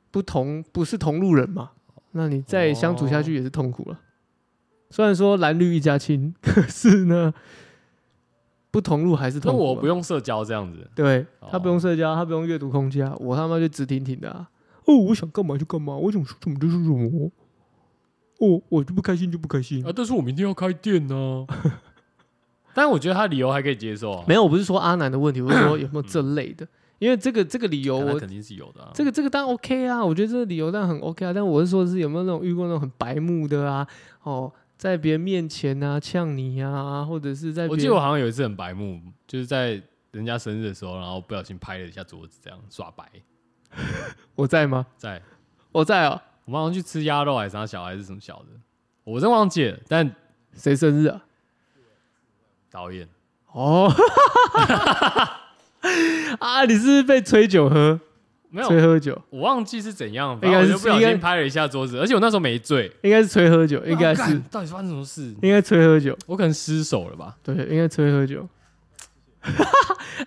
S3: 不同，不是同路人嘛？那你再相处
S1: 哦
S3: 下去也是痛苦了。虽然说蓝绿一家亲，可是呢，不同路还是
S1: 那
S3: 痛苦啊。
S1: 我不用社交这样子，
S3: 对
S1: 哦
S3: 他不用社交，他不用阅读空间啊，我他妈就直挺挺的啊！哦，我想干嘛就干嘛，我想说什么就是什么。哦，我就不开心就不开心。
S1: 啊，但是我明天要开店
S3: <laughs>
S1: 呢、但我觉得他理由还可以接受啊，
S3: 没有，我不是说阿南的问题，我是说有没
S1: 嗯
S3: 有这类的，因为这个这个理由
S1: 但他
S3: 我
S1: 肯定是有的、啊。
S3: 这个这个当然 OK 啊，我觉得这个理由当然很 OK 啊，但我是说的是有没有那种遇过那种很白目的啊，哦，在别人面前啊呛你啊，或者是在
S1: 我
S3: 别
S1: 记
S3: 人
S1: 得我好像有一次很白目，就是在人家生日的时候，然后不小心拍了一下桌子，这样耍白。
S3: 我在吗？
S1: 在
S3: 我在哦，
S1: 我们好像去吃鸭肉还是啥小孩是什么小的，我真忘记了。但
S3: 谁生日啊？
S1: 导演
S3: 哦， <laughs> 啊，你是不是被吹酒喝，
S1: 没有，
S3: 吹喝酒，
S1: 我忘记是怎样，
S3: 应
S1: 反正
S3: 该
S1: 我
S3: 是
S1: 就不小
S3: 应
S1: 心
S3: 该
S1: 拍了一下桌子，而且我那时候没醉，
S3: 应该是吹喝酒，应该
S1: 然后
S3: 是
S1: 干到底发生什么事？
S3: 应该吹喝酒，
S1: 我可能失手了吧？
S3: 对，应该吹喝酒。 <laughs>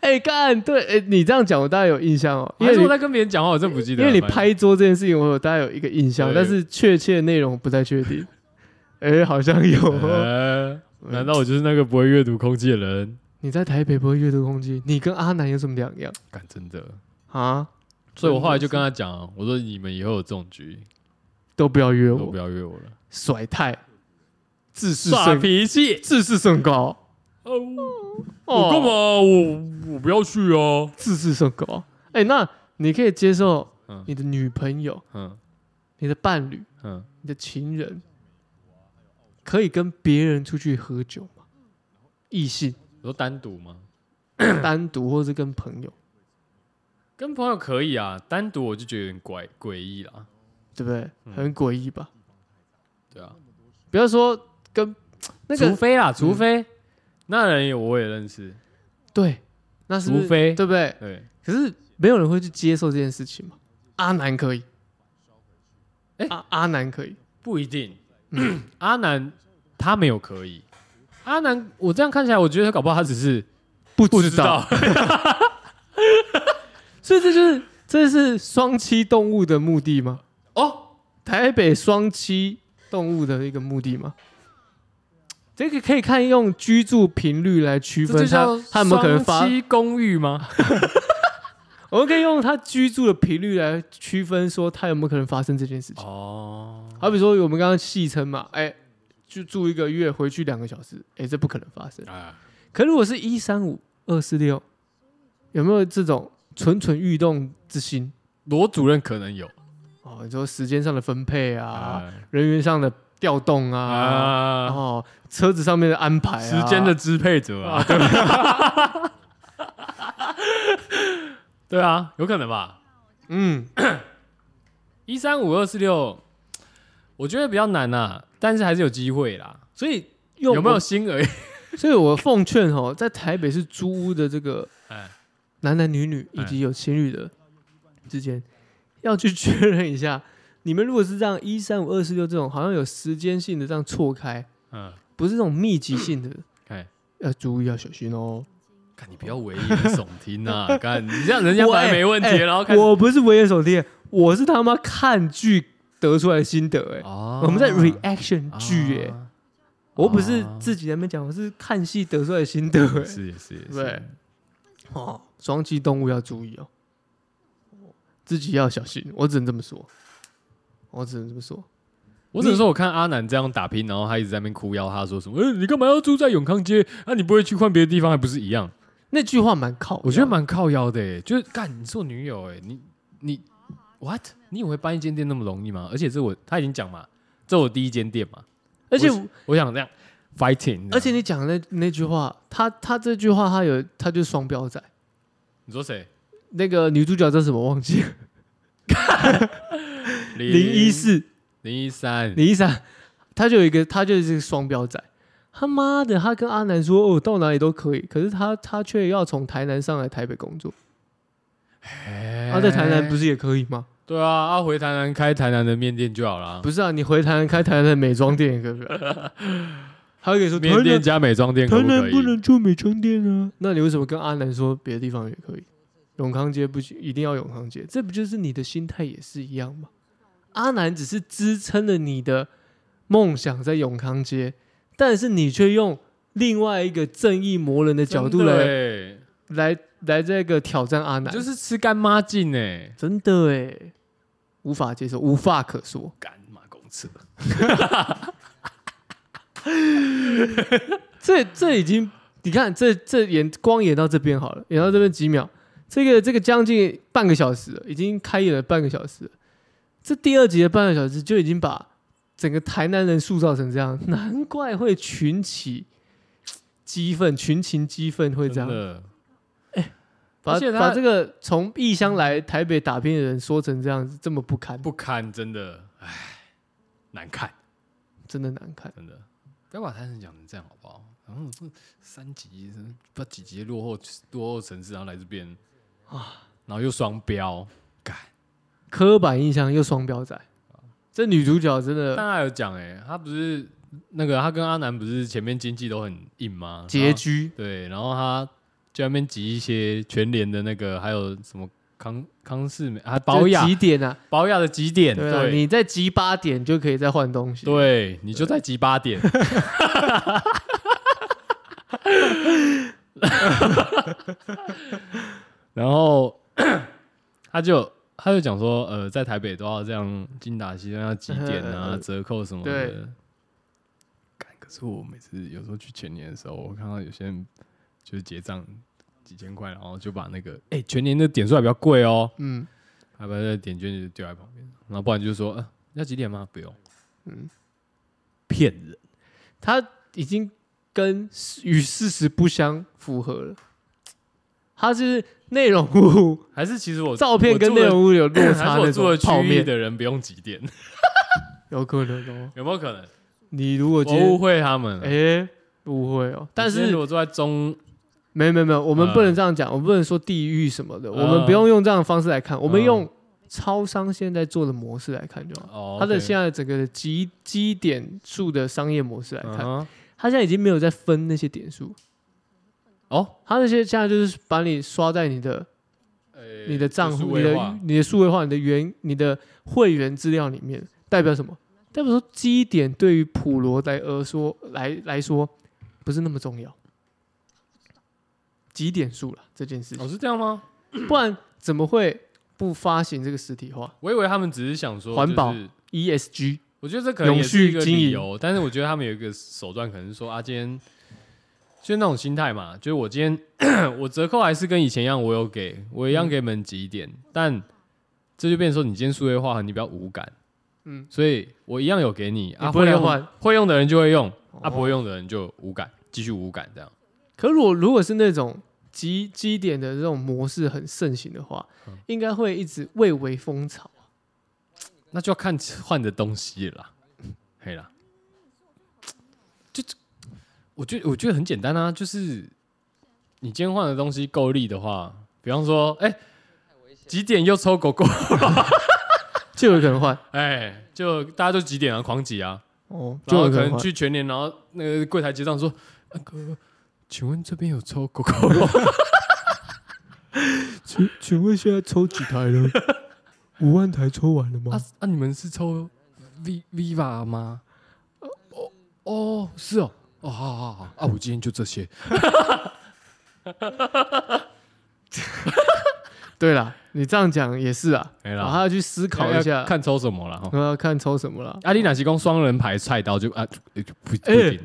S3: 哎、干对，哎、你这样讲我大概有印象哦，因
S1: 还
S3: 为
S1: 是
S3: 你
S1: 我在跟别人讲话，我真不记得
S3: 因
S1: 了。
S3: 为你
S1: 反正
S3: 拍桌这件事情，我有大概有一个印象，
S1: 对
S3: 但是确切内容不太确定。 <laughs> 哎、好像有哦。
S1: 呃，难道我就是那个不会阅读空气的人？
S3: <laughs> 你在台北不会阅读空气，你跟阿南有什么两样
S1: 干真的，
S3: 啊？
S1: 所以我后来就跟他讲、啊，我说你们以后有这种局，
S3: 都不要约
S1: 都不
S3: 我，
S1: 要约我了，
S3: 甩太，自视
S1: 耍
S3: 甚
S1: 脾气。
S3: 自视甚高。哦
S1: 哦，我干嘛？我我不要去哦。
S3: 自视甚高？哎、那你可以接受
S1: 嗯
S3: 你的女朋友、
S1: 嗯
S3: 你的伴侣、
S1: 嗯，
S3: 你的情人，可以跟别人出去喝酒吗？
S1: <coughs>
S3: 异性
S1: 你说单独吗？
S3: 单独或是跟朋友，
S1: 跟朋友可以啊，单独我就觉得有点怪诡异啦。
S3: 对不对？
S1: 嗯
S3: 很诡异吧？
S1: 对啊，
S3: 不要说跟那
S1: 除
S3: 个嗯
S1: 非啦，除非、那人也我也认识，
S3: 对，那是不是
S1: 除非
S3: 对不对？
S1: 对，
S3: 可是没有人会去接受这件事情嘛？阿南可以，
S1: 哎
S3: 阿阿南可以，
S1: 不一定。
S3: 嗯
S1: <coughs> 阿南他没有可以，阿南我这样看起来，我觉得搞不好他只是
S3: 不
S1: 不
S3: 知道，，所以这就是这是双栖动物的目的吗？
S1: 哦，
S3: 台北双栖动物的一个目的吗？这个可以看用居住频率来区
S1: 这就
S3: 分
S1: 叫
S3: 它，它有没有可能发
S1: 双？栖公寓吗？
S3: 我们可以用它居住的频率来区分，说它有没有可能发生这件事情。
S1: 哦，
S3: 好比说，我们刚刚戏称嘛，哎、就住一个月，回去两个小时，哎、这不可能发生。
S1: 啊，
S3: 可如果是一三五二四六，有没有这种蠢蠢欲动之心？
S1: 罗主任可能有
S3: 哦，你说时间上的分配啊，
S1: 啊
S3: 人员上的调动啊然
S1: 啊，
S3: 后车子上面的安排、啊，
S1: 时间的支配者
S3: <laughs>
S1: 啊，对啊，有可能吧？
S3: 嗯，
S1: 一三五二四六，我觉得比较难啊，但是还是有机会啦。
S3: 所以用
S1: 有没有？心
S3: <laughs>
S1: 而已？
S3: 所以我奉劝哦，在台北市租屋的这个
S1: 哎，
S3: 男男女女
S1: 哎
S3: 以及有情侣的之间，要去确认一下，你们如果是这样一三五二四六这种好像有时间性的这样错开，
S1: 嗯，
S3: 不是这种密集
S1: <laughs>
S3: 性的，
S1: 哎，
S3: 要注意要小心哦。
S1: 看你不要危言耸听
S3: <laughs>
S1: 啊！看你这样，人家本来没问题，
S3: 我哎
S1: 然后开始
S3: 我不是危言耸听，我是他妈看剧得出来的心得哎、
S1: <laughs> 哦
S3: 我们在 reaction
S1: 啊
S3: 剧哎、我不是
S1: 啊
S3: 自己在那边讲，我是看戏得出来的心得哎、
S1: 是也是也
S3: 对
S1: 是，
S3: 哦，双栖动物要注意哦，自己要小心。我只能这么说，我只能这么说。
S1: 我只能说，我看阿南这样打拼，然后他一直在那边哭腰，他说什么？呃，你干嘛要住在永康街？啊，你不会去换别的地方，还不是一样？
S3: 那句话蛮靠，
S1: 我觉得，蛮靠腰的、欸，就是干，你是我女友、欸，你你 what？你以为搬一间店那么容易吗？而且这我他已经讲嘛，这我第一间店嘛，
S3: 而且
S1: 我我想这样 fighting，
S3: 而且你讲的那那句话，他他这句话他有他就是双标仔。
S1: 你说谁？
S3: 那个女主角叫什么忘记了？
S1: 零
S3: 零一四
S1: 零一三，
S3: 林一三，他就有一个他就是一个双标仔。他妈的，他跟阿南说哦，到哪里都可以，可是他他却要从台南上来台北工作。
S1: 他哎
S3: 他、啊在台南不是也可以吗？
S1: 对啊，啊回台南开台南的面店就好了。
S3: 不是啊，你回台南开台南的美妆店也可以啊。还可以说台
S1: 面店
S3: 南
S1: 加美妆店可
S3: 台
S1: 不可
S3: 南
S1: 以？
S3: 不能做美妆店啊。那你为什么跟阿南说别的地方也可以？永康街不行，一定要永康街，这不就是你的心态也是一样吗？阿南只是支撑了你的梦想在永康街，但是你却用另外一个正义魔人的角度
S1: 真的
S3: 来
S1: 欸
S3: 来来这个挑战阿南，
S1: 就是吃干妈净哎，
S3: 真的哎，无法接受，无话可说。
S1: 干妈公厕。
S3: 这这已经，你看这这演光演到这边好了，演到这边几秒，这个这个将近半个小时了，已经开演了半个小时了。这第二集的半个小时就已经把整个台南人塑造成这样，难怪会群起激愤，群情激愤会这
S1: 真
S3: 样，
S1: 的，
S3: 把
S1: 而且他
S3: 把这个从异乡来台北打拼的人说成这样子，这么不堪，
S1: 不堪，真的，唉，难看，
S3: 真的难看。
S1: 真的。不要把台南讲成这样好不好？然后这三级，不知道几级落后落后城市，然后来这边啊，然后又双标，干。
S3: 刻板印象又双标仔，
S1: 啊
S3: 这女主角真的
S1: 但他有讲哎、欸，他不是那个他跟阿南不是前面经济都很硬吗？
S3: 拮据，
S1: 对，然后他就在那边集一些全联的那个，还有什么康康世美，还保
S3: 这
S1: 养
S3: 几点啊？
S1: 保养的几点？
S3: 对啊，
S1: 对
S3: 你在集八点就可以再换东西。，
S1: 对，你就在集八点。 <laughs> 然后他就他就讲说，呃，在台北都要这样精打细算，要几点啊，折扣什么的。
S3: 嗯对
S1: 干可是我每次有时候去全年的时候，我看到有些人就是结账几千块，然后就把那个哎、全年的点数还比较贵哦，
S3: 嗯，
S1: 还把那个点券就丢在旁边，然后不然就说，呃，要几点吗？不用，嗯，骗人。
S3: 它已经跟与事实不相符合了。它就是内容物，
S1: 还是其实我
S3: 照片跟内容物有落
S1: 我住的还
S3: 差
S1: 是
S3: 那
S1: 我做
S3: 种
S1: 的
S3: 泡
S1: 区域
S3: 面，
S1: 的人不用几点， <laughs>
S3: 有可能哦。
S1: 有没有可能？
S3: 你如果今
S1: 我误
S3: 天
S1: 会他们了。
S3: 哎误会哦，但
S1: 你今天
S3: 是
S1: 如果坐在中，
S3: 没有没有没有，我们
S1: 嗯
S3: 不能这样讲，我们不能说地域什么的，
S1: 嗯
S3: 我们不用用这样的方式来看，我们
S1: 嗯
S3: 用超商现在做的模式来看就好。
S1: 哦，
S3: 它的
S1: OK
S3: 现在整个的基基点数的商业模式来
S1: 嗯
S3: 看，
S1: 哼
S3: 它现在已经没有在分那些点数，
S1: 哦，
S3: 它那些现在就是把你刷在你的
S1: 呃
S3: 你的账
S1: 数
S3: 户、你
S1: 位
S3: 的
S1: 化
S3: 你的数位化、你的原、你的会员资料里面，代表什么？代表说基点对于普罗来而说来来说不是那么重要，几点数了这件事情，
S1: 哦是这样吗？
S3: 不然怎么会不发行这个实体化？E
S1: 我以为他们只是想说
S3: 环保
S1: 就是
S3: ESG？
S1: 我觉得这可能也是一个
S3: 永续经营
S1: 理由，但是我觉得他们有一个手段，可能是说啊，今天就是那种心态嘛，就是我今天 <coughs> 我折扣还是跟以前一样，我有给，我
S3: 嗯
S1: 一样给你们几点，但这就变成说你今天数位化，你比较无感，嗯
S3: 嗯，
S1: 所以我一样有给你啊，
S3: 你不会
S1: 会用
S3: 换
S1: 会用的人就会用，啊
S3: 哦
S1: 不会用的人就无感，继续无感这样，
S3: 可如果如果是那种基基点的这种模式很盛行的话，
S1: 嗯
S3: 应该会一直蔚为风潮。
S1: 那就要看换的东西了啦，可以啦，就这我觉得我觉得很简单啊，就是你今天换的东西够力的话，比方说，哎、几点又抽狗狗，
S3: 就有可能换
S1: 哎、就大家就几点啊，狂挤啊，
S3: 哦，就
S1: <laughs> 然后可
S3: 有可能
S1: 能
S3: 换。
S1: 去全年，然后那个柜台结账说，那个，请问这边有抽狗狗肉？
S3: 请请问现在抽几台了？
S1: <laughs>
S3: 五万台抽完了
S1: 啊？啊，你们是抽 V Viva 吗？哦哦，是哦，哦，好好好啊，我今天就这些。
S3: 对啦，你这样讲也是啊，
S1: 没啦
S3: 然后要去思考一下，
S1: 要看抽什么了哈。
S3: 要看抽什么了。
S1: 阿里纳西公双人牌菜刀就啊就就不不
S3: 哎
S1: 一定，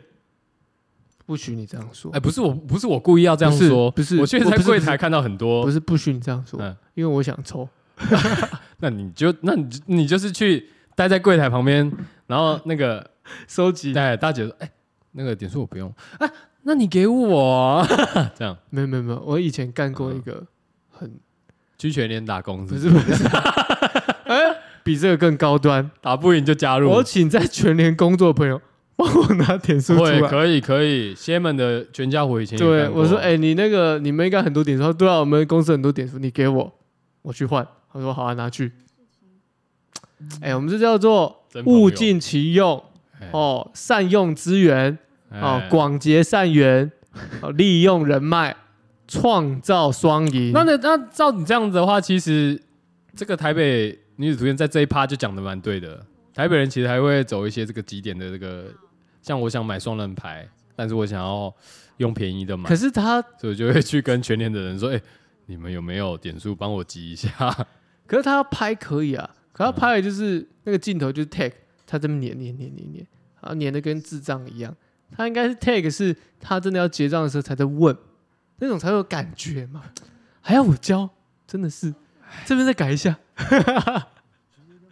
S3: 不许你这样说
S1: 哎，，不是我不是我故意要这样
S3: 不是
S1: 说，
S3: 不是
S1: 我确实
S3: 我
S1: 在
S3: 不是
S1: 柜
S3: 不
S1: 台
S3: 是
S1: 看到很
S3: 不
S1: 多，
S3: 是不许你这样说
S1: 嗯，
S3: 因为我想抽。
S1: 那你就那你就你就是去待在柜台旁边，然后那个
S3: 收集
S1: 哎大姐说，哎，那个点数我不用，哎，那你给我啊这样
S3: 没有没有没有，我以前干过一
S1: 嗯
S3: 个很
S1: 去全联打工，
S3: 不
S1: 是
S3: 是不
S1: <laughs>
S3: 是，哎，比这个更高端。
S1: 打不赢就加入
S3: 我，请在全联工作的朋友帮我拿点数出
S1: 会
S3: 来。
S1: 可以可以，仙门的全家福以前也
S3: 对，
S1: 干过
S3: 我说，哎、你那个你们应该很多点数。他说对啊，我们公司很多点数，你给我，我去换。他说好啊，拿去。哎、我们这叫做
S1: 真朋友
S3: 物尽其用
S1: 哎
S3: 哦哦，善用资源，啊
S1: 哎，
S3: 广结
S1: <laughs>
S3: 善缘，啊，利用人脉，创造双赢。
S1: 那那那照你这样子的话，其实这个台北女子图鉴在这一趴就讲的蛮对的。台北人其实还会走一些这个极点的这个，像我想买双人牌，但是我想要用便宜的买
S3: 可，是他，
S1: 所以我就会去跟全年的人说：“哎、你们有没有点数帮我集一下 <laughs>
S3: 可是他要拍可以啊，可他拍的就是、那个镜头就是 tag，他这么黏黏黏黏黏，啊，黏的跟智障一样。他应该是 tag，是他真的要结账的时候才在问，那种才会有感觉嘛。还要我教，真的是，这边再改一下，？”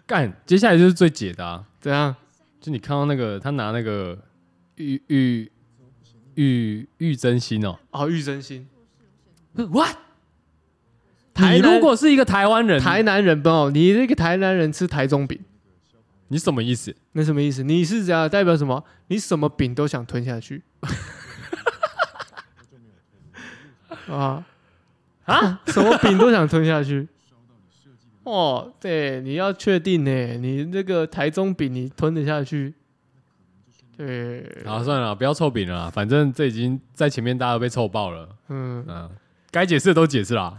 S1: 干，接下来就是最解答、
S3: 怎样？
S1: 就你看到那个他拿那个玉玉玉玉真心哦、
S3: 哦，玉真心，what？
S1: 你
S3: 台南
S1: 如果是一个台湾人，
S3: 台南人不哦，你这个台南人吃台中饼，
S1: 你什么意思？
S3: 那什么意思？你是这样代表什么？你什么饼都想吞下去 <laughs> 啊啊！什么饼都想吞下去。 <laughs> 哦，对，你要确定呢，你那个台中饼你吞得下去？对，
S1: 好，算了，不要臭饼了啦，反正这已经在前面大家都被臭爆了，
S3: 嗯，
S1: 嗯，该解释的都解释啦。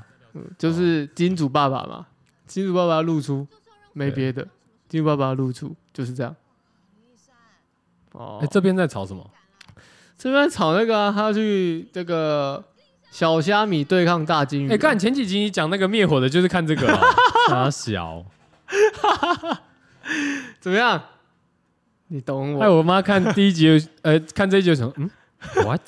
S3: 就是金主爸爸嘛，金主爸爸露出，没别的，金主爸爸露出就是这样。哦
S1: 哎、，这边在吵什么？
S3: 这边炒那个、啊，他要去这个小虾米对抗大金鱼。
S1: 哎、干，前几集你讲那个灭火的，就是看这 <laughs> 个啦，哦傻小，
S3: 怎么样？你懂
S1: 哎，
S3: 我？
S1: 我妈看第一集就，呃，看这一集就想，嗯，what？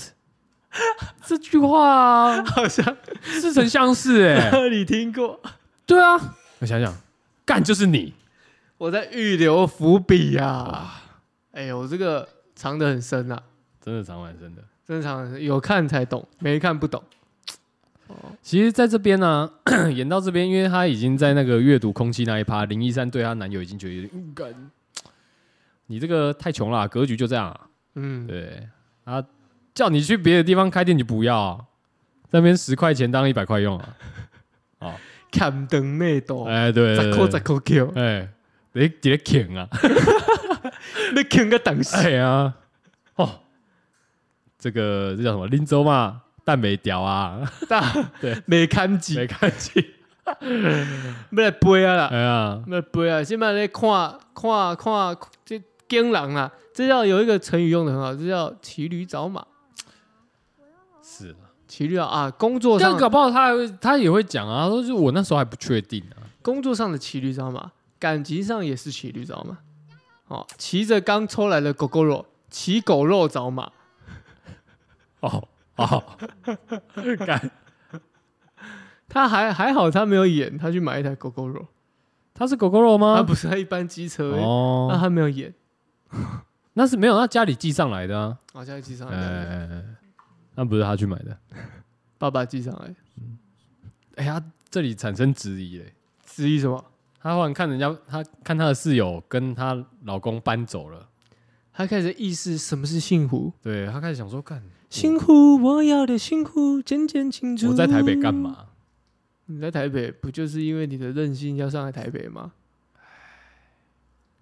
S1: 这句话啊 <laughs>
S3: 好像
S1: 似曾相 <laughs> 识、哎，
S3: 你听过。
S1: 对啊，我想想，干就是你，
S3: 我在预留伏笔啊！哎呦，我这个藏得很深啊，
S1: 真的长蛮深的。
S3: 真的藏得很深，有看才懂，没看不懂。
S1: 其实在这边呢、 <clears throat> 演到这边，因为她已经在那个阅读空气那一趴，林一山对她男友已经觉得有点嗯干，你这个太穷了啊、格局就这样、啊。
S3: 嗯，
S1: 对啊，叫你去别的地方开店，你不要、啊，在那边十块钱当一百块用啊。
S3: 看灯内斗，
S1: 哎，对
S3: 咋
S1: 对
S3: 哦扣
S1: 对
S3: 咋扣 Q，
S1: 哎，你直接啃
S3: <laughs>
S1: 啊，
S3: 你看个等死。
S1: 哎呀，哦，这个这叫什么？林州嘛，蛋没屌
S3: <laughs>
S1: 啊，
S3: 大
S1: 对
S3: 没看几，
S1: 没看清。
S3: 要来背 <laughs> 啊啦，
S1: 哎呀，
S3: 要来背啊！现在在看看看这惊人啊！这叫有一个成语用的很好，这叫骑驴找马。
S1: 是啊，
S3: 骑驴啊啊，工作
S1: 但
S3: 上
S1: 搞不好他还会他也会讲啊，他说是我那时候还不确定啊。
S3: 工作上的骑驴，知道吗？感情上也是骑驴，知道吗？哦，骑着刚抽来的狗狗肉，骑狗肉找马，
S1: 哦 <laughs> 哦，干，
S3: 他还还好，他没有演，他去买一台狗狗肉，
S1: 他是狗狗肉
S3: 他
S1: 吗？
S3: 不是他一般机车而已，那、
S1: 啊哦，
S3: 他没有演，
S1: 那是没有，那家里寄上来的啊。
S3: 好像寄上来，
S1: 哎，那不是他去买的。
S3: 爸爸寄上来，
S1: 哎呀，他这里产生质疑嘞。
S3: 质疑什么？
S1: 他忽然看人家，他看他的室友跟她老公搬走了，
S3: 他开始意识什么是幸福，
S1: 对他开始想说，干，
S3: 幸福我要的幸福，简简清楚。
S1: 我在台北干？嘛？
S3: 你在台北不就是因为你的任性要上来台北吗？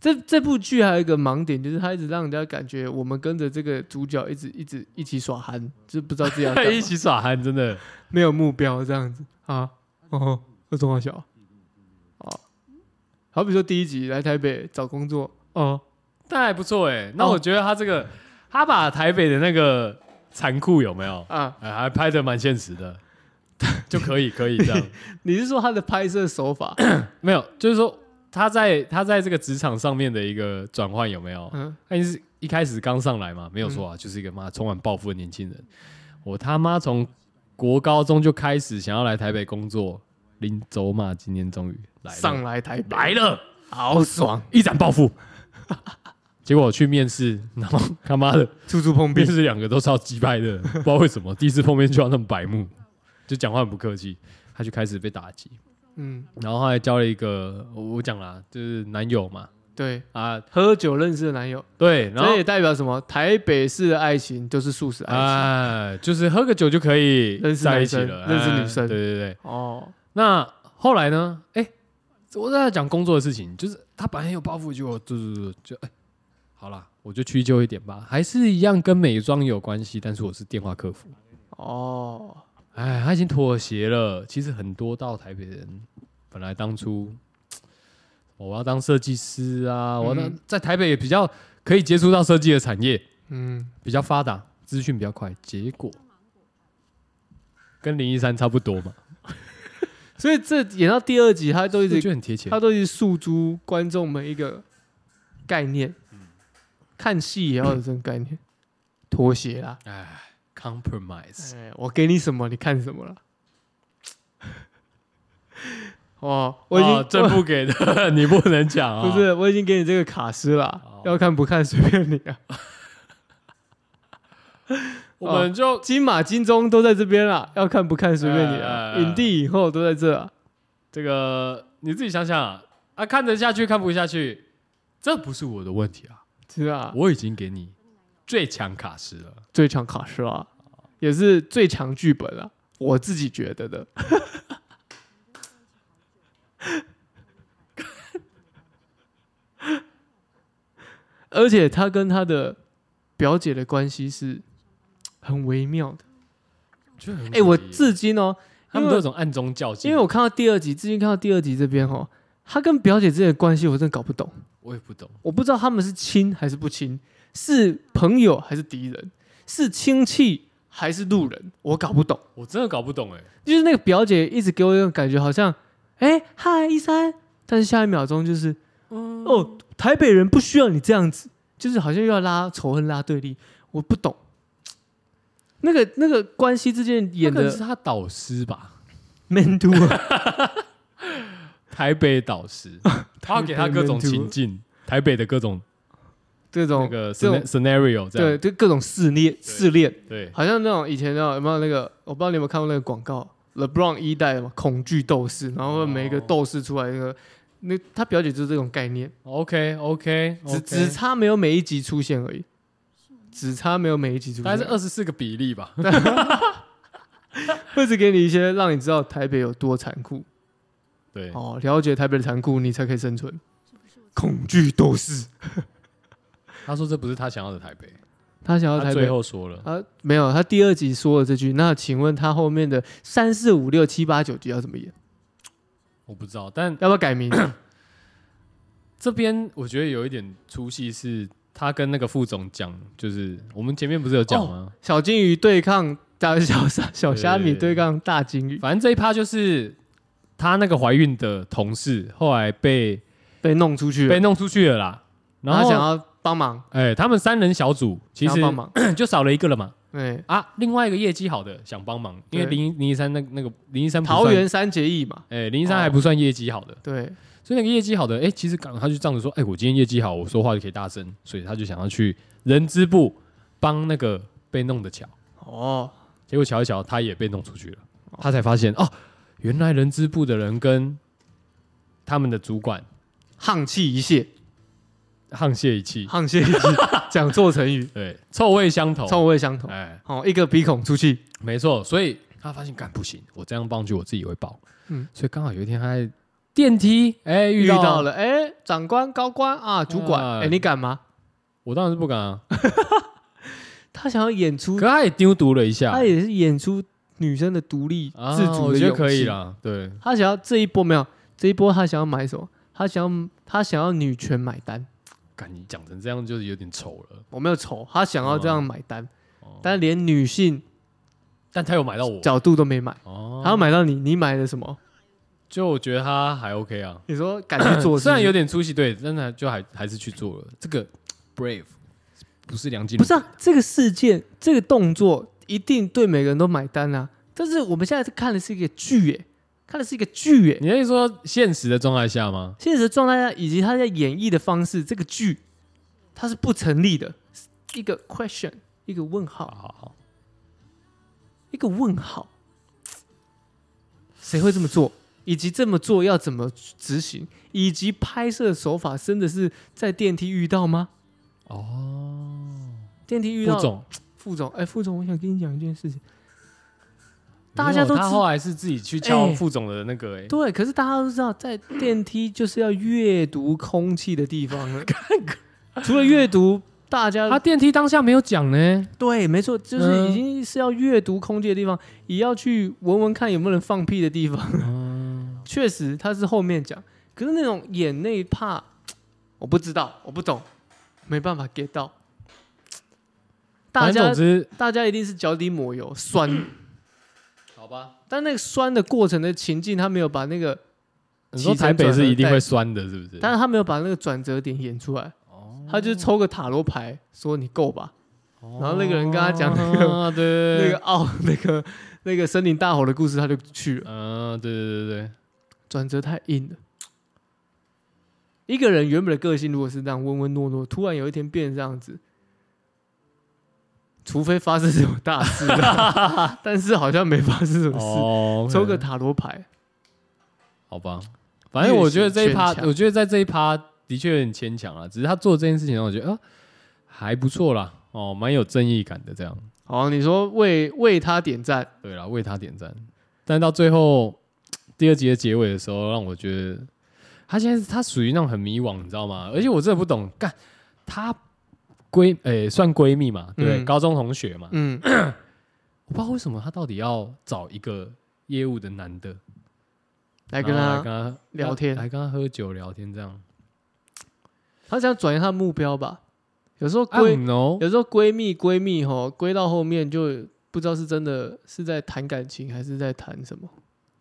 S3: 这这部剧还有一个盲点，就是它一直让人家感觉我们跟着这个主角一直一直一起耍憨，就是不知道自己要干
S1: <laughs>
S3: 嘛
S1: 一
S3: <laughs>
S1: 起耍憨，真的。
S3: 没有目标这样子啊。哦，那中华小哦，好比说第一集来台北找工作哦，
S1: 但还不错哎。那
S3: 哦
S1: 我觉得他这个，他把台北的那个残酷有没有，
S3: 啊，
S1: 哎，还拍的蛮现实的，就可以可以这样。 <laughs>
S3: 你是说他的拍摄手 <coughs> 法？
S1: 没有，就是说他在他在这个职场上面的一个转换有没有？
S3: 嗯，
S1: 他是一开始刚上来嘛，没有错啊，就是一个妈充满抱负的年轻人。我他妈从国高中就开始想要来台北工作，林州嘛，今年终于来了，
S3: 上来台北
S1: 来了，
S3: 好爽，
S1: 一展抱负。 <laughs> 结果我去面试，然后他妈的
S3: 处处碰
S1: <laughs> 面
S3: 壁。
S1: 试两个都超鸡掰的，不知道为什么第一次碰面就要那么白目，就讲话很不客气，他就开始被打击。
S3: 嗯，
S1: 然后后来交了一个，我我讲啦，就是男友嘛，
S3: 对，
S1: 啊，
S3: 喝酒认识的男友。
S1: 对，然
S3: 这
S1: 后
S3: 也代表什么？台北市的爱情就是素食爱情、
S1: 哎，就是喝个酒就可以
S3: 认识
S1: 在一
S3: 男
S1: 起
S3: 生
S1: 了，
S3: 认识
S1: 哎
S3: 女生
S1: 对对对。
S3: 哦。
S1: 那后来呢？哎，我在讲工作的事情，就是他本来很有抱负，结果就就就哎，好啦，我就屈就一点吧，还是一样跟美妆有关系，但是我是电话客服。
S3: 哦，
S1: 哎，他已经妥协了。其实很多到台北人，本来当初我要当设计师啊，我要当、
S3: 嗯
S1: 在台北也比较可以接触到设计的产业，
S3: 嗯，
S1: 比较发达，资讯比较快，结果跟零一三差不多嘛，
S3: 所以这演到第二集，他都一
S1: 我
S3: 直
S1: 觉得很贴切
S3: 他。都一直诉诸观众们一个概念，看戏也要有这种概念，妥协啦。
S1: 哎，compromise，
S3: 哎，我给你什么，你看什么了？ <laughs> 哦，我已经、
S1: 哦这不给的，你不能讲啊。
S3: <laughs> 不，是，我已经给你这个卡诗了，
S1: 哦
S3: 要看不看随便你啊。
S1: 我们就
S3: 金马、金钟都在这边啦，要看不看随便你
S1: 哎哎
S3: 啊。
S1: 哎
S3: 影帝以后都在这啊，
S1: 这个你自己想想啊，啊看得下去看不下去，这不是我的问题啊。
S3: 是啊，
S1: 我已经给你最强卡诗了。
S3: 最强卡诗啊，也是最强剧本啊，我自己觉得的。 <laughs> 而且他跟他的表姐的关系是很微妙的。
S1: 就很
S3: 哎、我
S1: 诡异
S3: 至今哦，
S1: 他们都有种暗中较劲，
S3: 因为我看到第二集，至今看到第二集这边哦，他跟表姐之间的关系我真的搞不懂。
S1: 我也不懂，
S3: 我不知道他们是亲还是不亲，是朋友还是敌人，是亲戚还是路人，我搞不懂。
S1: 我真的搞不懂哎、
S3: 就是那个表姐一直给我一种感觉，好像，哎、嗨，一三，但是下一秒钟就是，哦，台北人不需要你这样子，就是好像又要拉仇恨、拉对立，我不懂。那个那个关系之间演
S1: 那个
S3: 的
S1: 是他导师吧，
S3: man do
S1: <laughs>
S3: 啊，
S1: 台北导
S3: <laughs>
S1: 师，他要给他各种情境，台北的各种
S3: 这
S1: 那
S3: 种
S1: 个
S3: 这种
S1: scena- scenario 这
S3: 对
S1: 样，
S3: 对各种试炼试炼，
S1: 对
S3: 好像那种以前的有没有那个，我不知道你有没有看过那个广告，LeBron 一代嘛，恐惧斗士，然后每一个
S1: 哦
S3: 斗士出来那个，那他表姐就是这种概念，
S1: ，OK OK，
S3: 只只差没有每一集出现而已，只差没有每一集出
S1: 大概是
S3: 现，
S1: 二十四个比例吧，
S3: 会只给你一些让你知道台北有多残酷
S1: 对，
S3: 哦，了解台北的残酷，你才可以生存。恐惧斗士，
S1: 他说这不是他想要的台北，
S3: 他想要
S1: 他
S3: 台
S1: 最
S3: 北。
S1: 后说了，
S3: 啊，没有，他第二集说了这句。那请问他后面的三四五六七八九集要怎么演？
S1: 我不知道，但
S3: 要不要改名？
S1: 这边我觉得有一点出戏是。他跟那个副总讲，就是我们前面不是有讲吗？
S3: 小金鱼对抗大小虾小虾米
S1: 对
S3: 对抗大金鱼，
S1: 反正这一趴就是她那个怀孕的同事，后来被
S3: 被弄出去了
S1: 被弄出去了啦。然
S3: 然后
S1: 后
S3: 想要帮忙，
S1: 哎、他们三人小组其
S3: 想
S1: 实
S3: 要帮
S1: <laughs>
S3: 忙，
S1: <clears throat> 就少了一个了嘛。
S3: 对，
S1: 啊，另外一个业绩好的想帮忙，因为
S3: 对
S1: 零零一三那那个零一三
S3: 桃，园三结义嘛，
S1: 哎，零一三还不算业绩好的，
S3: 对，
S1: 所以那个业绩好的，哎、其实刚他就这样子说，哎、我今天业绩好，我说话就可以大声，所以他就想要去人资部帮那个被弄的巧。
S3: 哦，
S1: 结果瞧一瞧，他也被弄出去了。他才发现哦，原来人资部的人跟他们的主管
S3: 沆瀣一气，
S1: 沆瀣一气，
S3: 沆瀣一气，讲错
S1: <laughs>
S3: 成语，
S1: 对，臭味相投。
S3: 臭味相同，
S1: 哎，
S3: 哦，一个鼻孔出气，
S1: 没错。所以他发现干不行，我这样放去我自己会爆。
S3: 嗯
S1: 所以刚好有一天他在电梯，哎，
S3: 遇
S1: 到
S3: 到。了，哎，长官、高官啊，主管，
S1: 啊
S3: 哎，你敢吗？
S1: 我当然是不敢啊，
S3: 他想要演出
S1: 可，他也丢毒了一下，
S3: 他也是演出女生的独立
S1: 啊
S3: 自主
S1: 我
S3: 的
S1: 觉得
S3: 勇
S1: 可以
S3: 气，
S1: 啦。对，
S3: 他想要这一波没有，这一波他想要买什么？他想要他想要女权买单。
S1: 干你讲成这样就是有点丑了，
S3: 我没有仇，他想要这样买单，
S1: 哦
S3: 但连女性
S1: 但他有买到我
S3: 角度都没买，
S1: 哦，
S3: 他要买到你，你买了什么？
S1: 就我觉得他还 OK 啊，
S3: 你说敢 <coughs> 去做，
S1: 虽然
S3: 是
S1: 有
S3: 不是
S1: 点出息，对，但是就还还是去做了。这个 brave 不是梁静茹，
S3: 不是啊，这个事件这个动作一定对每个人都买单啊。但是我们现在是看的是一个剧，诶，看的是一个剧，诶，
S1: 你可以说现实的状态下吗？
S3: 现实状态下以及他在演绎的方式，这个剧它是不成立的，一个 question，一个问
S1: 好
S3: 号，
S1: 好好，
S3: 一个问号，谁会这么做？以及这么做要怎么执行，以及拍摄手法真的是在电梯遇到吗？
S1: 哦，
S3: 电梯遇到
S1: 不总，
S3: 副总，哎、副总，我想跟你讲一件事情。
S1: 没
S3: 大
S1: 有
S3: 家都知
S1: 他后来是自己去敲
S3: 哎
S1: 副总的那个、哎、
S3: 对，可是大家都知道，在电梯就是要阅读空气的地方了。除了阅读，大家
S1: 他电梯当下没有讲呢，
S3: 对，没错，就是
S1: 嗯
S3: 已经是要阅读空气的地方，也要去闻闻看有没有人放屁的地方。
S1: 哦
S3: <laughs> 确实，他是后面讲，可是那种眼内怕，我不知道，我不懂，没办法 get 到。大
S1: 反正总
S3: 家
S1: 之，
S3: 大家一定是脚底抹
S1: <coughs>
S3: 油，酸，
S1: 好吧，
S3: 但那个酸的过程的情境，他没有把那个，
S1: 你说台北是一定会酸的，是不是？
S3: 但是他没有把那个转折点演出来，
S1: 哦
S3: 他就抽个塔罗牌说你够吧，
S1: 然
S3: 然后那个人跟他讲那个
S1: 啊、对
S3: 那个，哦， <laughs> 那个那个森林大火的故事他就去了。
S1: 嗯、对对对对，
S3: 转折太硬了。一个人原本的个性如果是这样温温糯糯，突然有一天变成这样子，除非发生什么大事啊，
S1: <laughs>
S3: 但是好像没发生 <laughs> 什么事。
S1: 哦，OK
S3: 抽个塔罗牌，
S1: 好吧，反正我觉得这一趴
S3: 越显牵，强
S1: 我觉得在这一趴的确有点牵强啊了，只是他做这件事情让我觉得啊还不错啦，哦，蛮有正义感的这样。
S3: 好，你说为为他点赞，
S1: 对啦，为他点赞。但到最后第二集的结尾的时候，让我觉得他现在是他属于那种很迷惘，你知道吗？而且我真的不懂，干他闺诶、算闺蜜嘛，对不对，
S3: 嗯
S1: 高中同学嘛，
S3: 嗯，
S1: 我不知道为什么他到底要找一个业务的男的
S3: 来跟
S1: 然后来
S3: 他，
S1: 跟他
S3: 聊天
S1: 来跟他喝酒聊天这样。
S3: 他想转移他的目标吧。有时候
S1: I
S3: 闺，
S1: don't know，
S3: 有时候闺蜜闺蜜吼，闺到后面就不知道是真的是在谈感情还是在谈什么。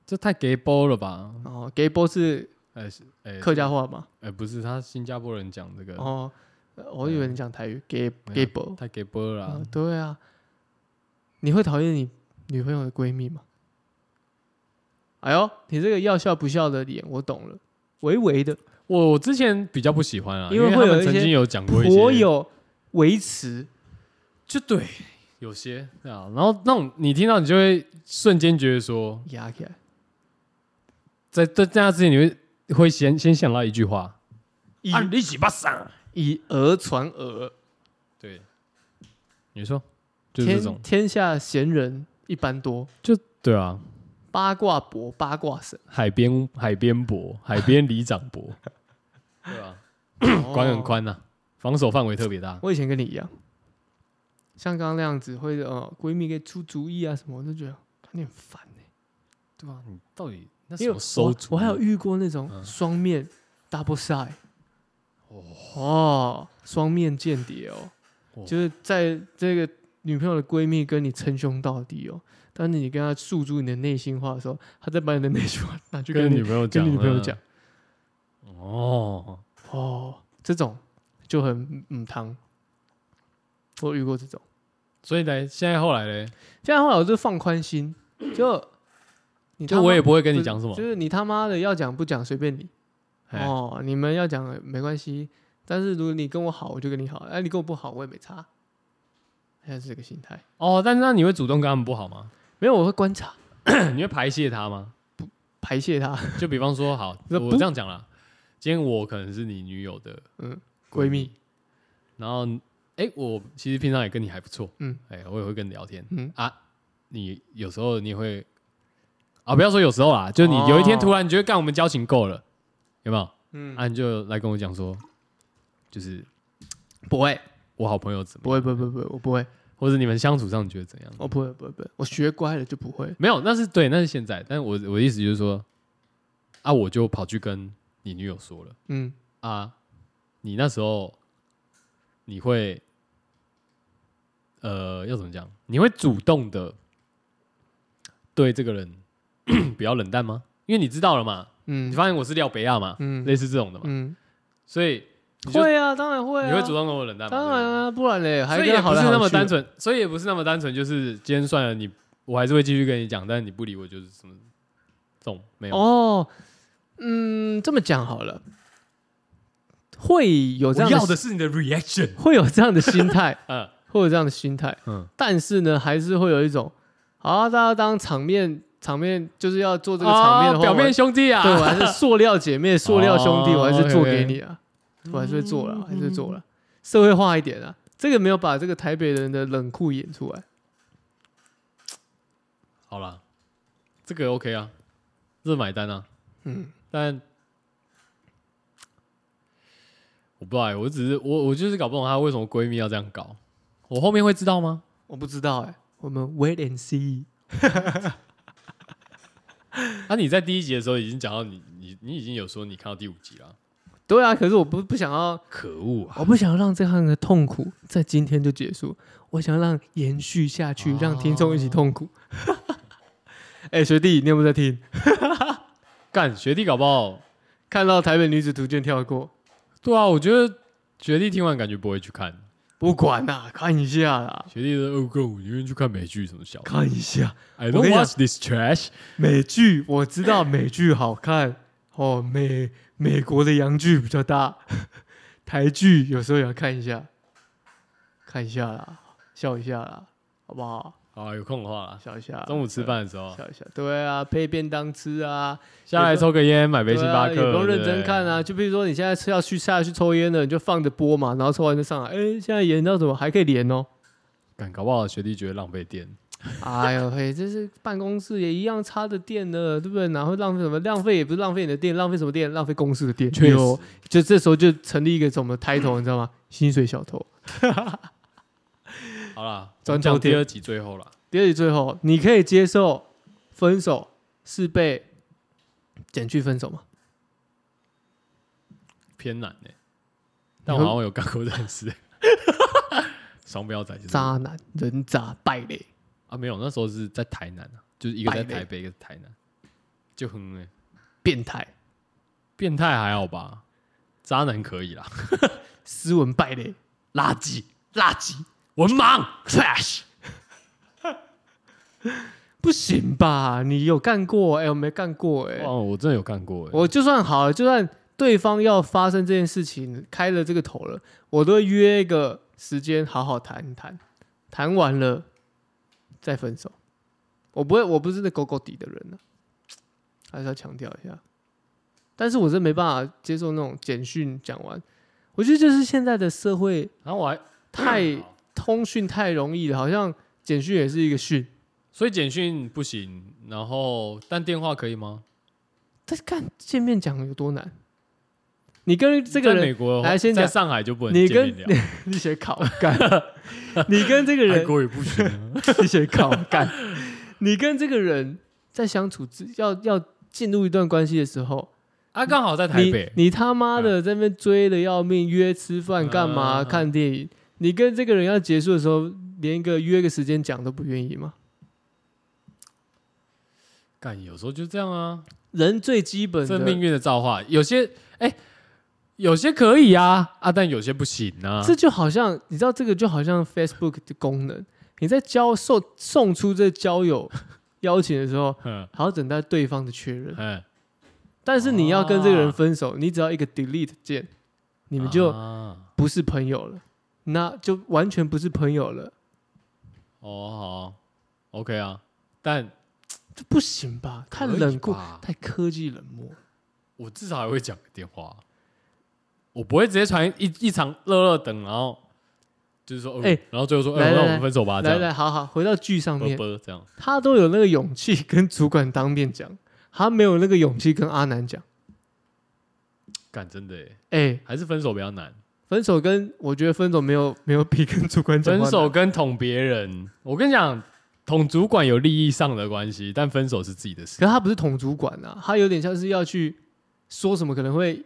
S1: 这太 gay ball 了吧？
S3: 哦，gay boy 是
S1: 呃是呃
S3: 客家话嘛？
S1: 呃不是，他新加坡人讲这个、
S3: 哦，呃我以为你讲台语，gay
S1: 没
S3: gay
S1: 有
S3: boy。
S1: 太 gay ball 了啦、
S3: 啊，对啊，你会讨厌你女朋友的闺蜜吗？哎呦，你这个要笑不笑的脸，我懂了，微微的，
S1: 我我之前比较不喜欢啊，
S3: 因
S1: 因
S3: 为
S1: 他
S3: 会有
S1: 们
S3: 一
S1: 曾
S3: 些
S1: 经有讲过一些
S3: 颇有维持，
S1: 就对，有些对啊，然后那种你听到你就会瞬间觉得说，
S3: 压起来。
S1: 在在在那之前你会会先先想到一句话，
S3: 以
S1: 啊你几巴桑，
S3: 以讹传讹，
S1: 对，你说就是这种
S3: 天，天下闲人一般多，
S1: 对啊，
S3: 八卦博八卦神，
S1: 海边海边博，海边里长
S3: <laughs>
S1: 博，对啊， <clears throat> 管很
S3: 哦。
S1: 宽呐、啊防守范围特别大，
S3: 我以前跟你一样，像刚刚那样子，会呃闺蜜给出主意啊什么，我就觉得有点烦欸
S1: 对啊，你到底那
S3: 因
S1: 什
S3: 为
S1: 么收啊
S3: 我我还有遇过那种
S1: 嗯
S3: 双面 double side，哦，双面间谍哦，
S1: 哦
S3: 就是在这个女朋友的闺蜜跟你称兄道弟哦，但是你跟她诉诸你的内心话的时候，她再把你的内心话拿去
S1: 跟
S3: 跟
S1: 女
S3: 你
S1: 朋友讲，嗯
S3: 跟女朋友讲，，
S1: 哦，
S3: 哦，这种就很嗯汤，我遇过这种。
S1: 所以呢，现在后来嘞，
S3: 现在后来我就放宽心，就你他
S1: 就
S3: 妈
S1: 我也不会跟你讲什么
S3: 就，是你他妈的要讲不讲随便你。
S1: 哎
S3: 哦，你们要讲没关系，但是如果你跟我好，我就跟你好；哎、你跟我不好，我也没差。现在是这个心态，
S1: 哦，但是那你会主动跟他们不好吗？ <clears throat>
S3: 没有我会观察
S1: 你会排泄他吗？
S3: 排泄他 <laughs>
S1: 就比方说，好，
S3: 那
S1: 我
S3: 不
S1: 这样讲啦，今天我可能是你女友的
S3: 闺蜜。，
S1: 然后哎、我其实平常也跟你还不错，
S3: 嗯
S1: 嗯，哎、我也会跟你聊天，
S3: 嗯
S1: 嗯啊，你有时候你也会啊，不要说有时候啦，就你有一天
S3: 哦
S1: 突然你觉得干我们交情够了，有没有？
S3: 嗯，
S1: 啊，你就来跟我讲说，就是
S3: 不会，
S1: 我好朋友怎么
S3: 不会，不会，不会，我不会，
S1: 样，或者你们相处上你觉得怎样？
S3: 我不会，不会，不会，我学乖了就不会。
S1: 没有，那是对，那是现在，但我我的意思就是说，啊，我就跑去跟你女友说了。
S3: 嗯，
S1: 啊，你那时候你会呃要怎么讲？你会主动的对这个人 <coughs> 比较冷淡吗？因为你知道了嘛，你
S3: 嗯，
S1: 发现我是廖北亚嘛，
S3: 嗯
S1: 类似这种的嘛，
S3: 嗯，
S1: 所以你就
S3: 会啊，当然会啊，
S1: 你会主动跟我冷淡吗？
S3: 当然啊，不然嘞，还
S1: 对不对，所以
S3: 跟
S1: 也
S3: 好
S1: 不
S3: 来
S1: 是
S3: 好
S1: 那么
S3: 去
S1: 单，纯，所以也不是那么单纯，就是今天算了你，我还是会继续跟你讲，但是你不理我就是什么这种没有，
S3: 哦，嗯，这么讲好了，会有
S1: 我
S3: 这样
S1: 要的是你的 reaction，
S3: 会有这样的心态，
S1: 嗯
S3: 会有这样的心态，
S1: 嗯，
S3: 但是呢，还是会有一种，好啊，大家当场面场面就是要做这个场面的
S1: 哦
S3: 话，
S1: 表面
S3: 我
S1: 兄弟啊，
S3: 对我还是塑料姐 <laughs> 妹、塑料兄弟，
S1: 哦
S3: 我还是做
S1: OK，OK
S3: 给你啊，我还是会做了，我还是会做了，社会化一点啊，这个没有把这个台北人的冷酷演出来，
S1: 好啦，这个 OK 啊，这买单啊。嗯，但我不知道、欸，我只是我我就是搞不懂她为什么闺蜜要这样搞。我后面会知道吗？
S3: 我不知道哎、我们 wait and see。
S1: 啊，你在第一集的时候已经讲到你你你已经有说你看到第五集了，
S3: 对啊，可是我不不想要，
S1: 可恶啊！
S3: 我不想要让这样的痛苦在今天就结束，我想要让延续下去，
S1: 哦
S3: 让听众一起痛苦。 <laughs> 哎、学弟，你有没有在听？
S1: 干学弟搞不好，
S3: 看到台北女子图鉴跳过，
S1: 对啊，我觉得学弟听完感觉不会去看，
S3: 不管啦、看一下啦，
S1: 学弟说哦哥，我宁愿去看美剧什么小的。
S3: 看一下
S1: I
S3: 我跟
S1: don't
S3: 你讲
S1: watch this
S3: <laughs>
S1: trash。
S3: 美剧。我知道美剧好看哦，美美国的洋剧比较大， <laughs> 台剧有时候也要看一下，看一下啦，笑一下啦，好不好？
S1: 好啊，有空的话啦，
S3: 笑一下啦，
S1: 中午吃饭的时候啊
S3: 笑一下，对啊，配便当吃啊，
S1: 下来抽个烟，买杯星巴克，
S3: 对啊也不用认
S1: 对
S3: 真
S1: 对
S3: 看。啊。就比如说你现在是要去下去抽烟了，你就放着播嘛，然后抽完就上来。哎、现在演到什么还可以连哦。
S1: 干，搞不好学弟觉得浪费电。
S3: 哎呦嘿，这是办公室也一样插着电的，对不对？然后浪费什么？浪费也不是浪费你的电，浪费什么电？浪费公司的电。
S1: 确实
S3: <laughs> 有，就这时候就成立一个什么 title，你知道吗？薪水小偷。
S1: 好啦，转
S3: 转角
S1: 讲
S3: 点
S1: 第二集最后啦。
S3: 第二题最后，你可以接受分手是被减去分手吗？
S1: 偏难呢、但我好像有干过这件
S3: <laughs>
S1: 事。双标仔就是
S3: 渣男、人渣、败类。
S1: 啊，没有，那时候是在台南啊，就是一个在
S3: 败类
S1: 台北，一个在台南，就很、欸、
S3: 变态、
S1: 变态还好吧，渣男可以啦，
S3: 斯文败类、垃圾、垃圾、
S1: 文盲
S3: trash，不行吧？你有干过？哎、我没干过哎、
S1: 哇，哦我真的有干过哎、
S3: 我就算好了，就算对方要发生这件事情，开了这个头了，我都会约一个时间好好谈一谈，谈完了再分手。我不会，我不是那狗狗底的人呢、还是要强调一下。但是我真没办法接受那种简讯讲完，我觉得就是现在的社会
S1: 然后我还
S3: 太通讯太容易了，好像简讯也是一个讯。
S1: 所以简讯不行，然后但电话可以吗？
S3: 但是看见面讲有多难，你跟这个
S1: 在
S3: 人
S1: 美国
S3: 来先
S1: 在
S3: 讲
S1: 上海就不能
S3: 你
S1: 见
S3: 跟
S1: 面聊。
S3: <laughs> 你写考干，你跟这个
S1: 韩
S3: 人
S1: 国也不行、啊，
S3: 你写考干，你跟这个人在相处之要要进入一段关系的时候，
S1: 啊，刚好在台
S3: 你
S1: 北，
S3: 你他妈的在那边追的要命，约吃饭干嘛、
S1: 嗯
S3: 看电影？你跟这个人要结束的时候，连一个约个时间讲都不愿意吗？
S1: 干有时候就这样啊，
S3: 人最基本
S1: 这
S3: 的
S1: 命运的造化，有些哎、有些可以啊，啊，但有些不行啊。
S3: 这就好像你知道，这个就好像 Facebook 的功能，你在交送送出这交友 <laughs> 邀请的时候，
S1: 嗯
S3: 还要等待对方的确认。
S1: 嗯，
S3: 但是你要跟这个人
S1: 啊
S3: 分手，你只要一个 delete 键，你们就
S1: 啊
S3: 不是朋友了，那就完全不是朋友了，
S1: 哦好啊，OK 啊，但
S3: 这不行吧？太
S1: 可以
S3: 冷酷，
S1: 吧
S3: 太科技冷漠。
S1: 我至少还会讲个电话，我不会直接传一一场乐乐等，然后就是说，哎、
S3: 哎
S1: 然后最后说，哎、
S3: 来来
S1: 那我
S3: 来
S1: 们分手吧，这
S3: 来
S1: 样，
S3: 来，好好回到剧上
S1: 啵
S3: 面，
S1: 啵这样，
S3: 他都有那个勇气跟主管当面讲，他没有那个勇气跟阿南讲。
S1: 干真的耶，
S3: 哎、
S1: 还是分手比较难，
S3: 分手跟我觉得分手没有没有比跟主管讲话
S1: 分
S3: 难
S1: 手跟捅别人，我跟你讲，捅主管有利益上的关系，但分手是自己的事。
S3: 可是他不是统主管啊，他有点像是要去说什么可能会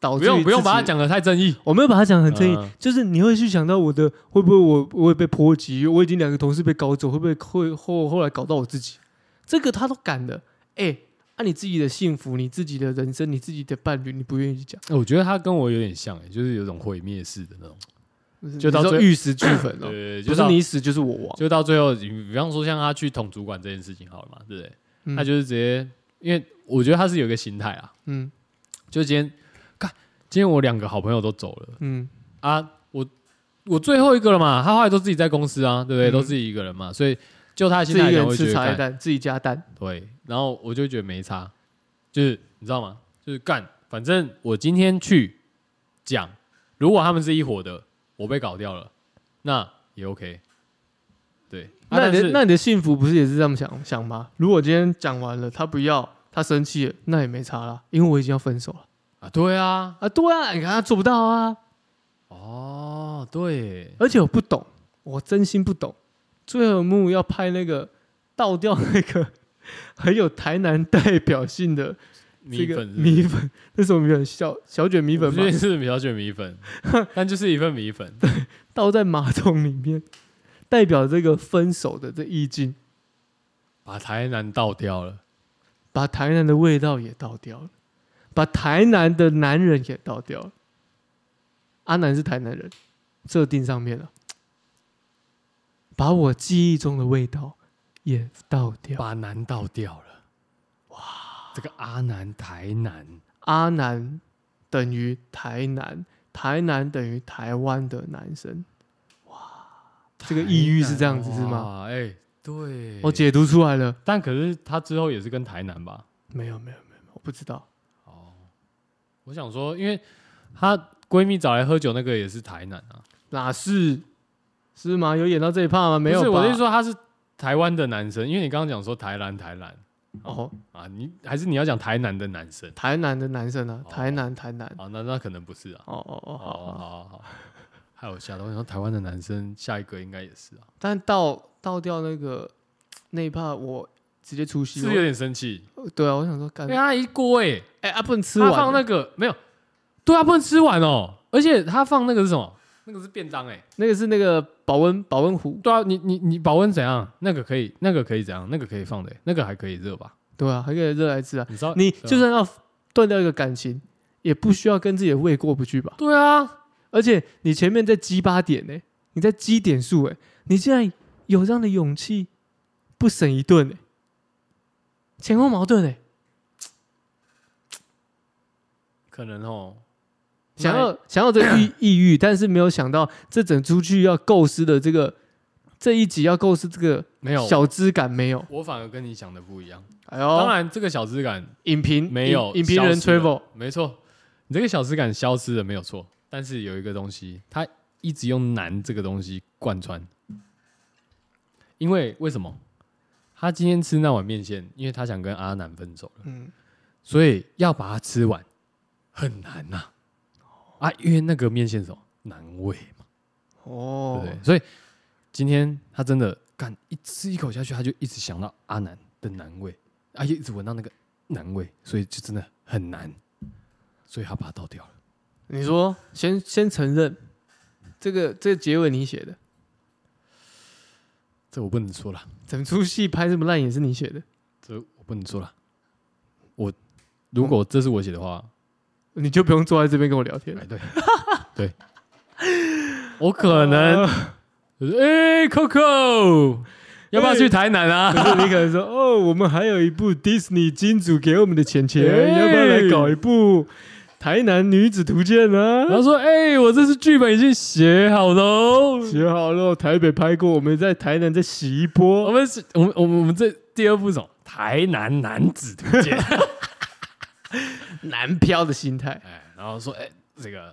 S3: 导致
S1: 不用不用把它
S3: 他，
S1: 讲的太正义，
S3: 我没有把他讲得很正义，
S1: 嗯
S3: 就是你会去想到我的会不会我我也被波及，我已经两个同事被搞走，会不会会后后来搞到我自己？这个他都敢的，哎、按、你自己的幸福、你自己的人生、你自己的伴侣，你不愿意去讲，
S1: 我觉得他跟我有点像、欸，就是有种毁灭式的那种。就到
S3: 你说
S1: 最
S3: 玉石俱焚哦、
S1: 对，就
S3: 不是
S1: 到
S3: 你死就是我亡。
S1: 就到最后，你比方说像他去捅主管这件事情好了嘛，对不对？
S3: 嗯
S1: 他就是直接，因为我觉得他是有一个心态啊，
S3: 嗯
S1: 就今天，看今天我两个好朋友都走了
S3: 嗯
S1: 啊，我我最后一个了嘛，他后来都自己在公司啊，对不对？
S3: 嗯
S1: 都自己一个人嘛，所以就他的
S3: 自
S1: 心
S3: 己
S1: 态
S3: 一
S1: 可
S3: 个
S1: 能
S3: 人
S1: 会觉
S3: 吃
S1: 得
S3: 茶叶
S1: 干
S3: 蛋，自己加蛋，
S1: 对，然后我就觉得没差，就是你知道吗？就是干，反正我今天去讲，如果他们是一伙的，我被搞掉了，那也 OK。对，啊
S3: 那
S1: 但
S3: 你的
S1: 是
S3: 那你的幸福不是也是这么想想吗？如果今天讲完了，他不要，他生气了，那也没差啦，因为我已经要分手了
S1: 啊，对啊，
S3: 啊。对啊，你看他做不到啊，
S1: 哦，对，
S3: 而且我不懂，我真心不懂，最后一幕要拍那个倒掉那个 <laughs> 很有台南代表性的这
S1: 米
S3: 个
S1: 粉是不是
S3: 米粉，那是我们粉小小卷米
S1: 我
S3: 粉
S1: 不
S3: 嘛
S1: 确，定是比较卷米粉，但就是一份米粉。
S3: 倒在马桶里面，代表这个分手的这意境，
S1: 把台南倒掉了，
S3: 把台南的味道也倒掉了，把台南的男人也倒掉了。阿南是台南人，设定上面了，把我记忆中的味道也倒掉。
S1: 把南倒掉了。哇，这个阿南台南
S3: 阿南等于台南，台南等于台湾的男生，这个意喻是这样子是吗？
S1: 哇哎、对，
S3: 我解读出来了。
S1: 但可是他之后也是跟台南吧？
S3: 没有没有没有，我不知道。
S1: 哦，我想说，因为她闺蜜找来喝酒那个也是台南啊，
S3: 哪是是吗？有演到这一趴吗？没有
S1: 不
S3: 吧，
S1: 是我是说他是台湾的男生，因为你刚刚讲说台南台南
S3: 哦，
S1: 啊，你还是你要讲台南的男生
S3: 台南的男生啊，
S1: 哦
S3: 台南台南，
S1: 啊，那那可能不是啊。
S3: 哦哦哦，
S1: 哦，
S3: 好
S1: 好
S3: 好。
S1: 好好，害我吓到，我想说台湾的男生下一个应该也是啊，
S3: 但倒倒掉那个那一趴，我直接出
S1: 是
S3: 戏
S1: 不。是有点生气，
S3: 我对啊，我想说干
S1: 因为，他一锅哎、
S3: 哎，啊不能吃
S1: 他
S3: 完，
S1: 放那个没有，对啊，不能吃完哦，而且他放那个是什么？那个是便当哎、
S3: 那个是那个保温保温壶，
S1: 对啊，你你你保温怎样？那个可以，那个可以怎样？那个可以放的欸、那个还可以热吧？
S3: 对啊，还可以热来吃啊。
S1: 你知道
S3: 你
S1: 对啊
S3: 就算要断掉一个感情，也不需要跟自己的胃过不去吧？
S1: 对啊，
S3: 而且你前面在积八点呢、你在积点数哎、你竟然有这样的勇气，不省一顿哎、前后矛盾哎、
S1: 可能哦，
S3: 想要想要这个抑抑郁，但是没有想到这整出剧要构思的这个这一集要构思这个
S1: 没有，
S3: 小质感没有，
S1: 我反而跟你想的不一样。
S3: 哎呦，
S1: 当然，这个小质感
S3: 影评
S1: 没有
S3: 影影评人
S1: 消失了
S3: travel
S1: 没错，你这个小质感消失了没有错，但是有一个东西，它一直用难这个东西贯穿。因为为什么？他今天吃那碗面线，因为他想跟阿南分手了，
S3: 嗯
S1: 所以要把它吃完很难呐、啊。因为那个面线是什么难喂嘛，对
S3: 哦
S1: 不对？所以今天他真的干一吃一口下去，他就一直想到阿南的难味，啊，一直闻到那个难味，所以就真的很难，所以他把它倒掉了。
S3: 你说先先承认这个这个结尾你写的，
S1: 这我不能说了，
S3: 整出戏拍这么烂也是你写的，
S1: 这我不能说了。我如果这是我写的话，
S3: 你就不用坐在这边跟我聊天了
S1: 哎，。对对，我可能就是哎、Coco，要不要去台南啊？
S3: 可是你可能说，哦，我们还有一部迪士尼金主给我们的钱钱，
S1: 哎
S3: 要不要来搞一部《台南女子图鉴》啊
S1: 然
S3: 呢？
S1: 后说哎、我这次剧本已经写好了哦，
S3: 写好了，台北拍过，我们在台南再洗一
S1: 我
S3: 波。
S1: 们是，我们我们我们这第二部是什么？台南男子
S3: <laughs>
S1: 图鉴。
S3: 南漂的心态，
S1: 哎，然后说，哎，这个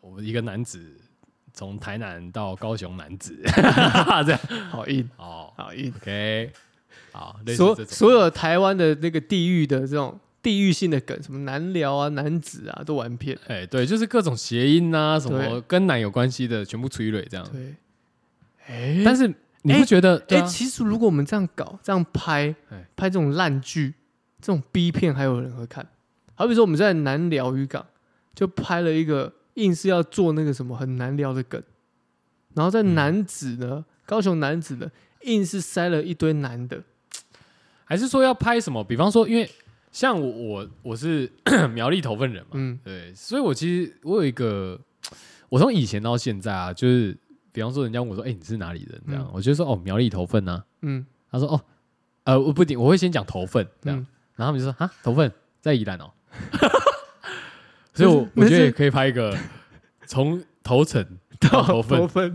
S1: 我们一个男子从台南到高雄男子， <laughs> 这样
S3: 好硬，
S1: 哦
S3: 好硬。
S1: ，OK，好，类似
S3: 所
S1: 这种
S3: 所有台湾的那个地域的这种地域性的梗，什么南寮啊、南子啊，都玩遍。
S1: 哎，对，就是各种谐音啊，什么
S3: 对
S1: 跟奶有关系的，全部吹蕊这样。
S3: 对，哎、
S1: 但是你不觉得？
S3: 哎、
S1: 对啊
S3: 其实如果我们这样搞、这样拍
S1: 哎，
S3: 拍这种烂剧、这种 B 片，还有人会看。好比说我们在南寮渔港就拍了一个硬是要做那个什么很难聊的梗，然后在
S1: 嗯
S3: 男子呢，高雄男子呢，硬是塞了一堆男的，
S1: 还是说要拍什么？比方说，因为像我我我是 <coughs> 苗栗头份人嘛，
S3: 嗯，
S1: 对，所以我其实我有一个，我从以前到现在啊，就是比方说人家问我说，哎、你是哪里人？这样，
S3: 嗯
S1: 我就说哦，苗栗头份啊。
S3: 嗯
S1: 他说哦，呃，我不顶，我会先讲头份这样，
S3: 嗯，
S1: 然后他们就说啊，头份在宜
S3: <laughs>
S1: 兰哦。所以我，我
S3: 那是
S1: 觉得也可以拍一个 <laughs> 从头城到头份
S3: 多，分，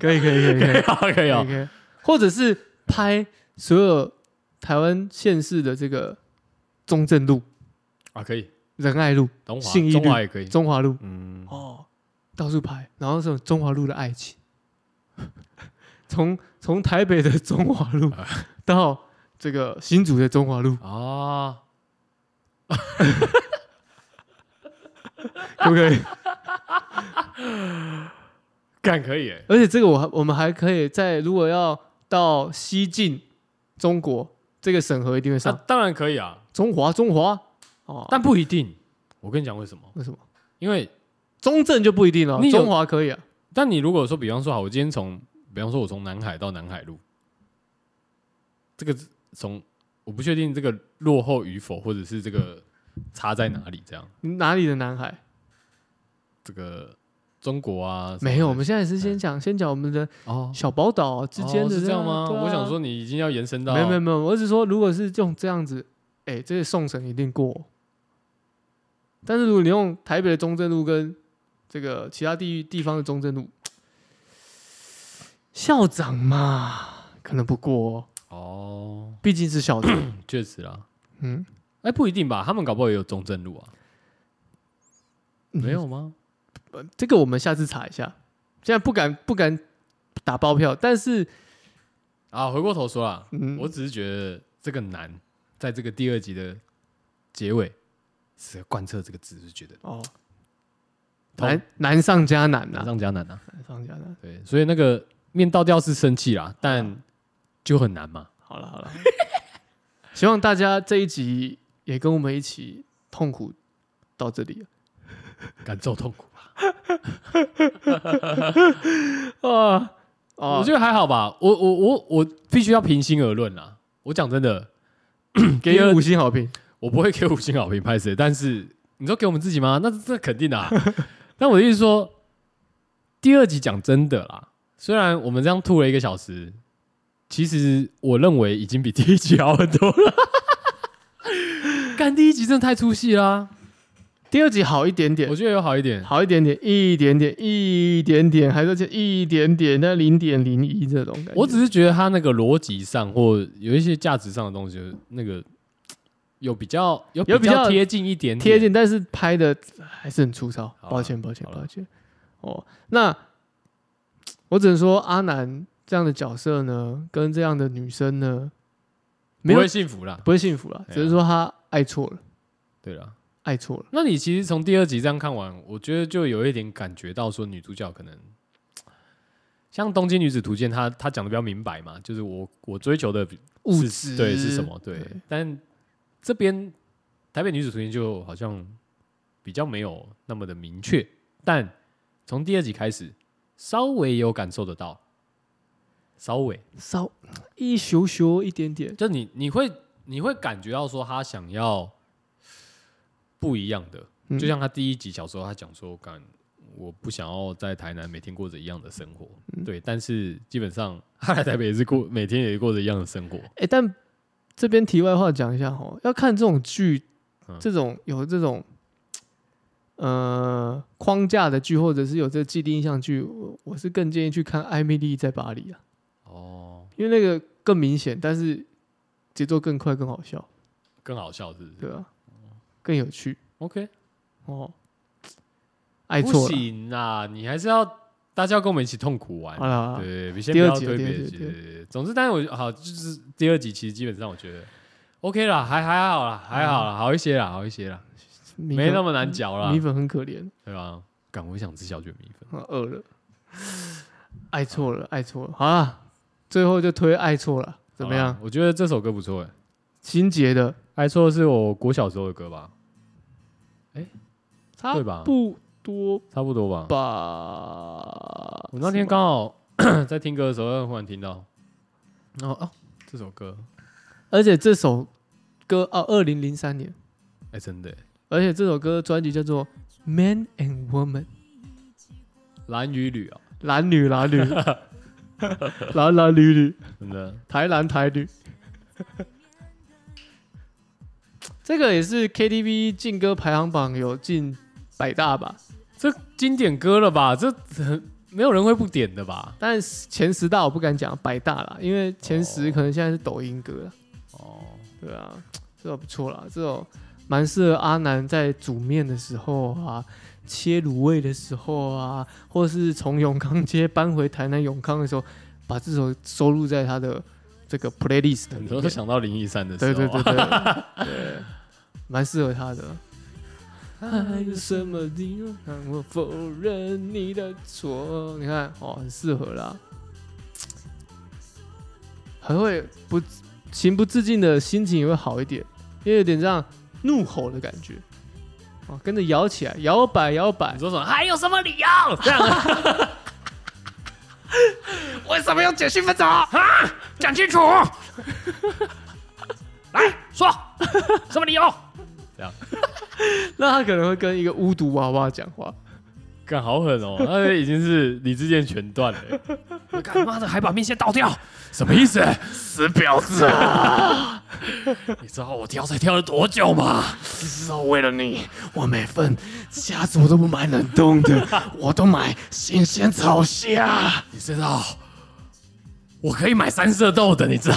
S3: 可以可以可以可以
S1: <laughs> 可以啊，可以啊，
S3: OK，或者是拍所有台湾县市的这个中正路、
S1: 啊，可以，
S3: 仁爱路、
S1: 东华
S3: 信义
S1: 中
S3: 路
S1: 华也可以，
S3: 中华路，
S1: 嗯，
S3: 哦，到处拍，然后是中华路的爱情， <laughs> 从从台北的中华路
S1: 啊
S3: <laughs> 到这个新竹的中华路，
S1: 啊，
S3: 可不可以？ <laughs>
S1: 干可以哎，
S3: 而且这个我还我们还可以在如果要到西进中国，这个审核一定会
S1: 那
S3: 上。
S1: 当然可以啊，
S3: 中华中华哦，
S1: 但不一定。我跟你讲为什么？
S3: 为什么
S1: 因为
S3: 中正就不一定了？
S1: 你有
S3: 中华可以啊，
S1: 但你如果说，比方说好，我今天从，比方说我从南海到南海路，这个从我不确定这个落后与否，或者是这个差在哪里，这样
S3: 你哪里的南海？
S1: 这个啊中国啊，
S3: 没有，我们现在是先讲先讲我们的
S1: 哦
S3: 小宝岛啊之间
S1: 哦
S3: 的
S1: 是这样吗？
S3: 对啊
S1: 我想说你已经要延伸到
S3: 没有没有没有，我只是说如果是用这样子，哎、这个送审一定过。但是如果你用台北的中正路跟这个其他地域地方的中正路，校长嘛，可能不过、哦，
S1: 哦，
S3: 毕竟是校长。 <clears throat>
S1: 确实啦，
S3: 嗯，
S1: 哎、不一定吧，他们搞不好也有中正路啊，
S3: 嗯
S1: 没有吗？
S3: 这个，我们下次查一下。现在不敢不敢打包票，但是
S1: 啊，回过头说啦，
S3: 嗯，
S1: 我只是觉得这个难，在这个第二集的结尾是贯彻这个字，就觉得
S3: 哦，
S1: 痛
S3: 难难上加难呐、
S1: 难上加难啊。
S3: 难上加难。
S1: 对，所以那个面倒掉是生气啦，但就很难嘛。
S3: 好了好了，
S1: 嗯
S3: <laughs> 希望大家这一集也跟我们一起痛苦到这里
S1: 感受痛
S3: <laughs>
S1: 苦吧，
S3: 啊
S1: 我
S3: 啊！
S1: 觉得还好吧。我我我我必须要平心而论啦。我讲真的，
S3: 给你五星好评，
S1: 我不会给五星好评拍谁，但是你说给我们自己吗？那这肯定的、啊。 <laughs> 但我的意思说，第二集讲真的啦，虽然我们这样吐了一个小时，其实我认为已经比第一集好很多了。 <laughs> 干第一集真的太出戏啦，
S3: 第二集好一点点
S1: 我，觉得有好一点。
S3: 好一点点，一点点，一点点，还是就一点点，那零点零一这种感觉。
S1: 我只是觉得他那个逻辑上或有一些价值上的东西，就是那个有比较有
S3: 有比
S1: 比
S3: 较
S1: 较贴近一点点
S3: 贴。近，但是拍的还是很粗糙，
S1: 好啦
S3: 抱歉抱歉
S1: 好啦
S3: 抱歉。哦，那我只能说阿南这样的角色呢，跟这样的女生呢，没
S1: 不
S3: 有
S1: 会幸福啦。
S3: 不会幸福了，
S1: 哎呀
S3: 只是说他爱错了，
S1: 对啦，
S3: 爱错了。
S1: 那你其实从第二集这样看完，我觉得就有一点感觉到说女主角可能像《东京女子图鉴》她，她讲的比较明白嘛，就是我我追求的
S3: 物
S1: 是
S3: 质
S1: 对是什么对，
S3: 对
S1: 但这边《台北女子图鉴》就好像比较没有那么的明确，但从第二集开始稍微有感受得到，稍微
S3: 稍一咻咻一点点，
S1: 就你你会你会感觉到说他想要不一样的，
S3: 嗯
S1: 就像他第一集小时候他讲说，干我不想要在台南每天过着一样的生活，
S3: 嗯
S1: 对，但是基本上他来台北也是过每天也过着一样的生活，
S3: 哎、但这边题外话讲一下哈，要看这种剧
S1: 嗯，
S3: 这种有这种呃框架的剧，或者是有这个既定印象剧，我我是更建议去看《艾米丽在巴黎》啊，
S1: 哦，
S3: 因为那个更明显，但是节奏更快，更好笑，
S1: 更好笑是不是
S3: 对吧、啊更有趣
S1: ？OK，
S3: 哦。爱
S1: 不
S3: 错了，
S1: 行啊，你还是要大家要跟我们一起痛苦玩
S3: 好。了好了，
S1: 对，先
S3: 第
S1: 不
S3: 二
S1: 要
S3: 集
S1: 推
S3: 啊第二
S1: 别
S3: 集
S1: 的集。
S3: 对
S1: 对对对总之，但是我好就是第二集，其实基本上我觉得 OK 啦，还还好啦，还好啦，好一些啦，好一些啦。
S3: 嗯米
S1: 没
S3: 粉
S1: 那么难嚼啦
S3: 米，粉很可怜，
S1: 对吧？干，我想吃小卷米粉。
S3: 啊饿了，爱错了，爱错了，好了，最后就推爱错了，怎么
S1: 好
S3: 样
S1: 啦？？我觉得这首歌不错哎，
S3: 情节的，
S1: 爱错是我国小时候的歌吧？
S3: 差
S1: 对吧
S3: 不多
S1: 差不多吧。
S3: 吧。
S1: 我那天刚好 <coughs> 在听歌的时候，忽然听到，然后哦，这首歌，
S3: 而且这首歌啊，二零零三年，
S1: 哎，真的欸，
S3: 而且这首歌专辑叫做《Man and Woman》，
S1: 蓝与绿啊，
S3: 男女
S1: <laughs>
S3: 男女，男男女女，
S1: 真的
S3: 台男台女。这个也是 KTV 劲歌排行榜有近百大吧，
S1: 这经典歌了吧？这很没有人会不点的吧？
S3: 但是前十大我不敢讲百大啦，因为前十
S1: 哦
S3: 可能现在是抖音歌啦。
S1: 哦，
S3: 对啊，这首不错啦，这首蛮适合阿南在煮面的时候啊，切卤味的时候啊，或是从永康街搬回台南永康的时候，把这首收录在他的这个 playlist 里
S1: 很
S3: 面。
S1: 多都
S3: <laughs>
S1: 想到林一山的时候
S3: 对
S1: 啊，
S3: 对对对对，蛮适合他的。还有什么理由让我否认你的错？你看，哦，很适合啦，还会不情不自禁的心情也会好一点，因为有点这样怒吼的感觉，哦，跟着摇起来，摇摆摇摆
S1: 啊你，说什么？还有什么理由？这样啊
S2: 为什么要解释分手啊？讲
S3: <laughs>
S2: 清楚，来说什么理由？
S3: <laughs> 那他可能会跟一个巫毒娃娃讲话，
S1: 干好狠 <laughs> 哦！那已经是李志健全断了欸、
S2: 干妈的还把面线倒掉，
S1: 什么意思？
S2: 死婊子啊！
S1: <laughs> 你知道我挑菜挑了多久吗？
S2: 你知道为了你，我每份虾子我都不买冷冻的，
S1: <laughs>
S2: 我都买新鲜炒虾。
S1: 你知道我可以买三色豆的，你知道？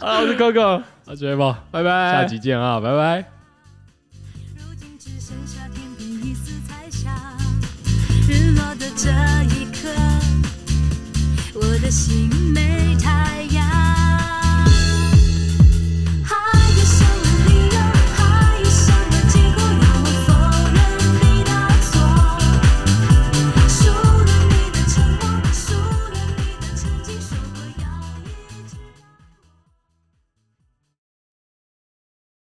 S3: 啊，我是 Coco，
S1: 阿杰吧，
S3: 拜拜，
S1: 下集见啊，拜拜。
S4: 如今只剩下天边一丝彩霞，日落的这一刻，我的心没停。